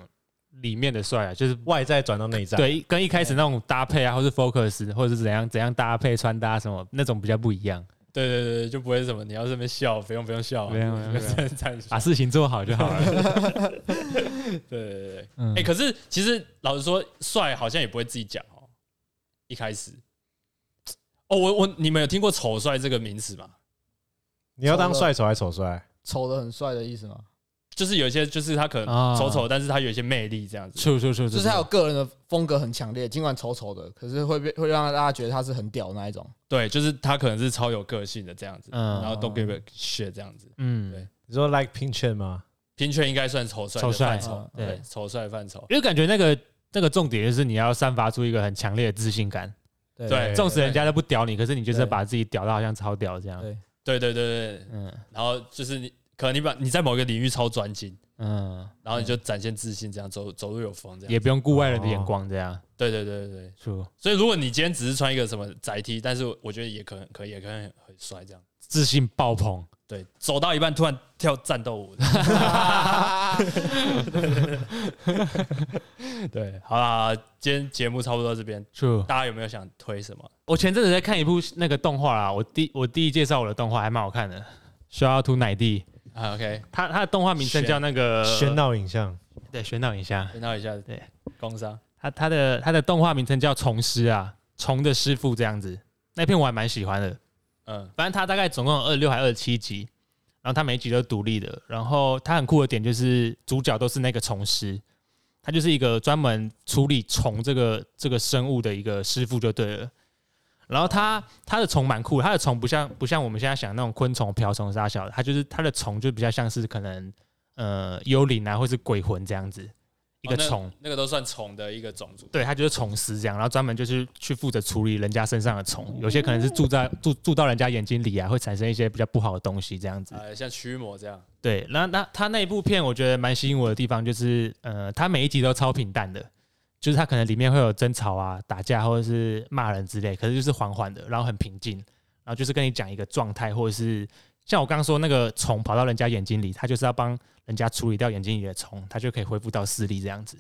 A: 里面的帅啊，就是
C: 外在转到内在，，
A: 对跟一开始那种搭配啊，或是 focus，或者是怎样怎样搭配穿搭什么那种比较不一样。
B: 对对对，对就不会什么你要这边笑，不用不用笑啊，
A: 不用不用不
B: *laughs*
A: 用
B: 用站
A: 把事情做好就好了。 *laughs*
B: 对对对对，
A: 嗯
B: 哎、可是其实老实说，帅好像也不会自己讲哦。一开始，哦，我我你们有听过“丑帅”这个名词吗？
C: 你要当帅丑还是丑帅？
D: 丑的很帅的意思吗？
B: 就是有一些，就是他可
A: 啊
B: 能丑丑，但是他有一些魅力这样子。
A: 处处处，
D: 就是他有个人的风格很强烈，尽管丑丑的，可是会被会让大家觉得他是很屌的那一种。
B: 对，就是他可能是超有个性的这样子，
A: 嗯
B: 然后都 give a shit 这样子。对
A: 嗯，
C: 你说 like pin c h e n 吗？
B: 平权应该算丑帅的
A: 丑帅
B: 范畴，对
A: 嗯对，
B: 丑帅范畴。
A: 因为感觉那个那个重点就是你要散发出一个很强烈的自信感，
D: 对
B: 对
A: 纵使人家都不屌你，可是你就是要
D: 对
A: 把自己屌到好像超屌这样。
D: 对
B: 对对对对，
A: 嗯
B: 然后就是你可能你把你在某个领域超专精，
A: 嗯，
B: 然后你就展现自信，这样走走路有风这样。
A: 也不用顾外人的眼光这样。
B: 对对对对对。
A: 处
B: 所以如果你今天只是穿一个什么窄 T，但是我觉得也可能可以，也可能很很帅这样。
A: 自信爆棚，
B: 对，走到一半突然跳战斗
A: *laughs*
B: 舞。对，好啦，今天节目差不多到这边，
A: 处。
B: 大家有没有想推什么？
A: 我前阵子在看一部那个动画啦，我第我第一介绍我的动画还蛮好看的，《小要涂奶弟》，
B: 啊，OK，
A: 它它的动画名称
B: 喧
A: 叫那个
B: 呃
C: 喧，闹影像，
A: 对，喧闹一下。
B: 宣导一下，
A: 对，
B: 工商
A: 它它的它的动画名称叫《虫师》啊，虫的师傅这样子。那片我还蛮喜欢的，
B: 嗯
A: 反正它大概总共有二六还二十七集，然后它每一集都独立的。然后它很酷的点就是主角都是那个虫师，他就是一个专门处理虫这个这个生物的一个师傅就对了。然后他他的虫蛮酷的，他的虫不像不像我们现在想的那种昆虫、瓢虫、沙小的，他就是他的虫就比较像是可能呃幽灵啊，或是鬼魂这样子一个
B: 哦那
A: 虫。
B: 那个都算虫的一个种族。
A: 对他就是虫师这样，然后专门就是去负责处理人家身上的虫，有些可能是住在住住到人家眼睛里啊，会产生一些比较不好的东西这样子。
B: 呃，像驱魔这样，
A: 对，那那他那一部片我觉得蛮吸引我的地方就是，呃，他每一集都超平淡的，就是他可能里面会有争吵啊、打架或者是骂人之类，可是就是缓缓的，然后很平静，然后就是跟你讲一个状态，或者是像我刚刚说那个虫跑到人家眼睛里，他就是要帮人家处理掉眼睛里的虫，他就可以恢复到视力这样子。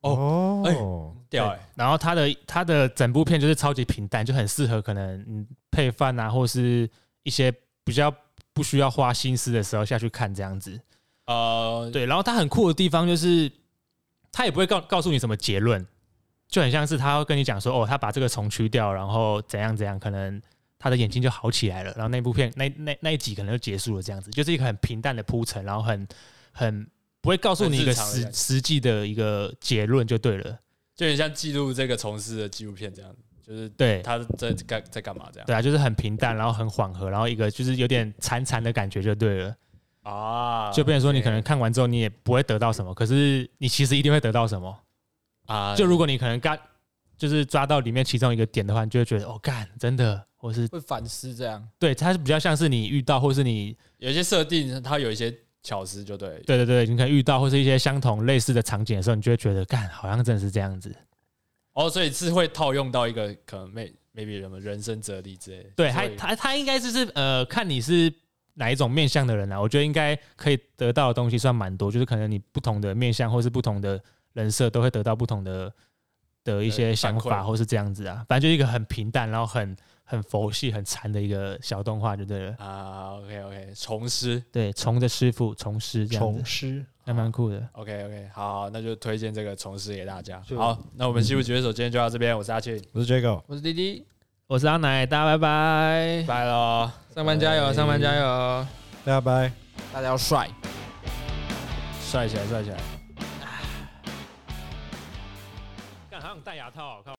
C: 哦
B: 哦，屌哎，
A: 然后它的它的整部片就是超级平淡，就很适合可能嗯配饭啊，或是一些比较不需要花心思的时候下去看这样子。
B: 呃，
A: 对，然后它很酷的地方就是，它也不会告告诉你什么结论，就很像是他会跟你讲说，哦，他把这个虫驱掉，然后怎样怎样，可能他的眼睛就好起来了。然后那部片那那那一集可能就结束了，这样子，就是一个很平淡的铺陈，然后很很不会告诉你一
B: 很日
A: 个
B: 常的
A: 实
B: 感觉
A: 实际的一个结论就对了。
B: 就有点像记录这个虫师的纪录片这样，就是
A: 对，
B: 他在干在干嘛这样
A: 对啊，就是很平淡，然后很缓和，然后一个就是有点潺潺的感觉就对了。
B: 啊，
A: 就变成说你可能看完之后你也不会得到什么，可是你其实一定会得到什么。
B: 啊，
A: 就如果你可能干就是抓到里面其中一个点的话，你就会觉得哦干真的，或是
D: 会反思这样。
A: 对它是比较像是你遇到或是你
B: 有一些设定，它有一些巧思，就对了，
A: 对对对，你可能遇到或是一些相同类似的场景的时候，你就会觉得干好像真的是这样子。
B: 哦，所以是会套用到一个可能 may maybe 什么人生哲理之类的。
A: 对，
B: 所
A: 还
B: 以
A: 他他应该就是呃，看你是哪一种面向的人啊，我觉得应该可以得到的东西算蛮多，就是可能你不同的面向或是不同的人设都会得到不同的的一些
B: 对
A: 想
B: 反
A: 法
B: 馈
A: 或是这样子啊，反正就一个很平淡，然后很很佛系、很禅的一个小动画就对了。
B: 啊，OK OK，重师
A: 对，虫的师傅虫师这样子
C: 虫，师，
A: 还蛮酷的。
B: ，OK OK，好那就推荐这个重师给大家。好，那我们西部爵士手今天就到这边，我是阿庆，
C: 我是 Jago。
D: 我是滴滴，
A: 我是阿奶，大家拜拜。
B: 拜喽。
E: 上班加油，上班加油。
C: 大家拜。
D: 大家要帅。
F: 帅起来，帅起来。
E: 干，好想戴牙套哦，靠！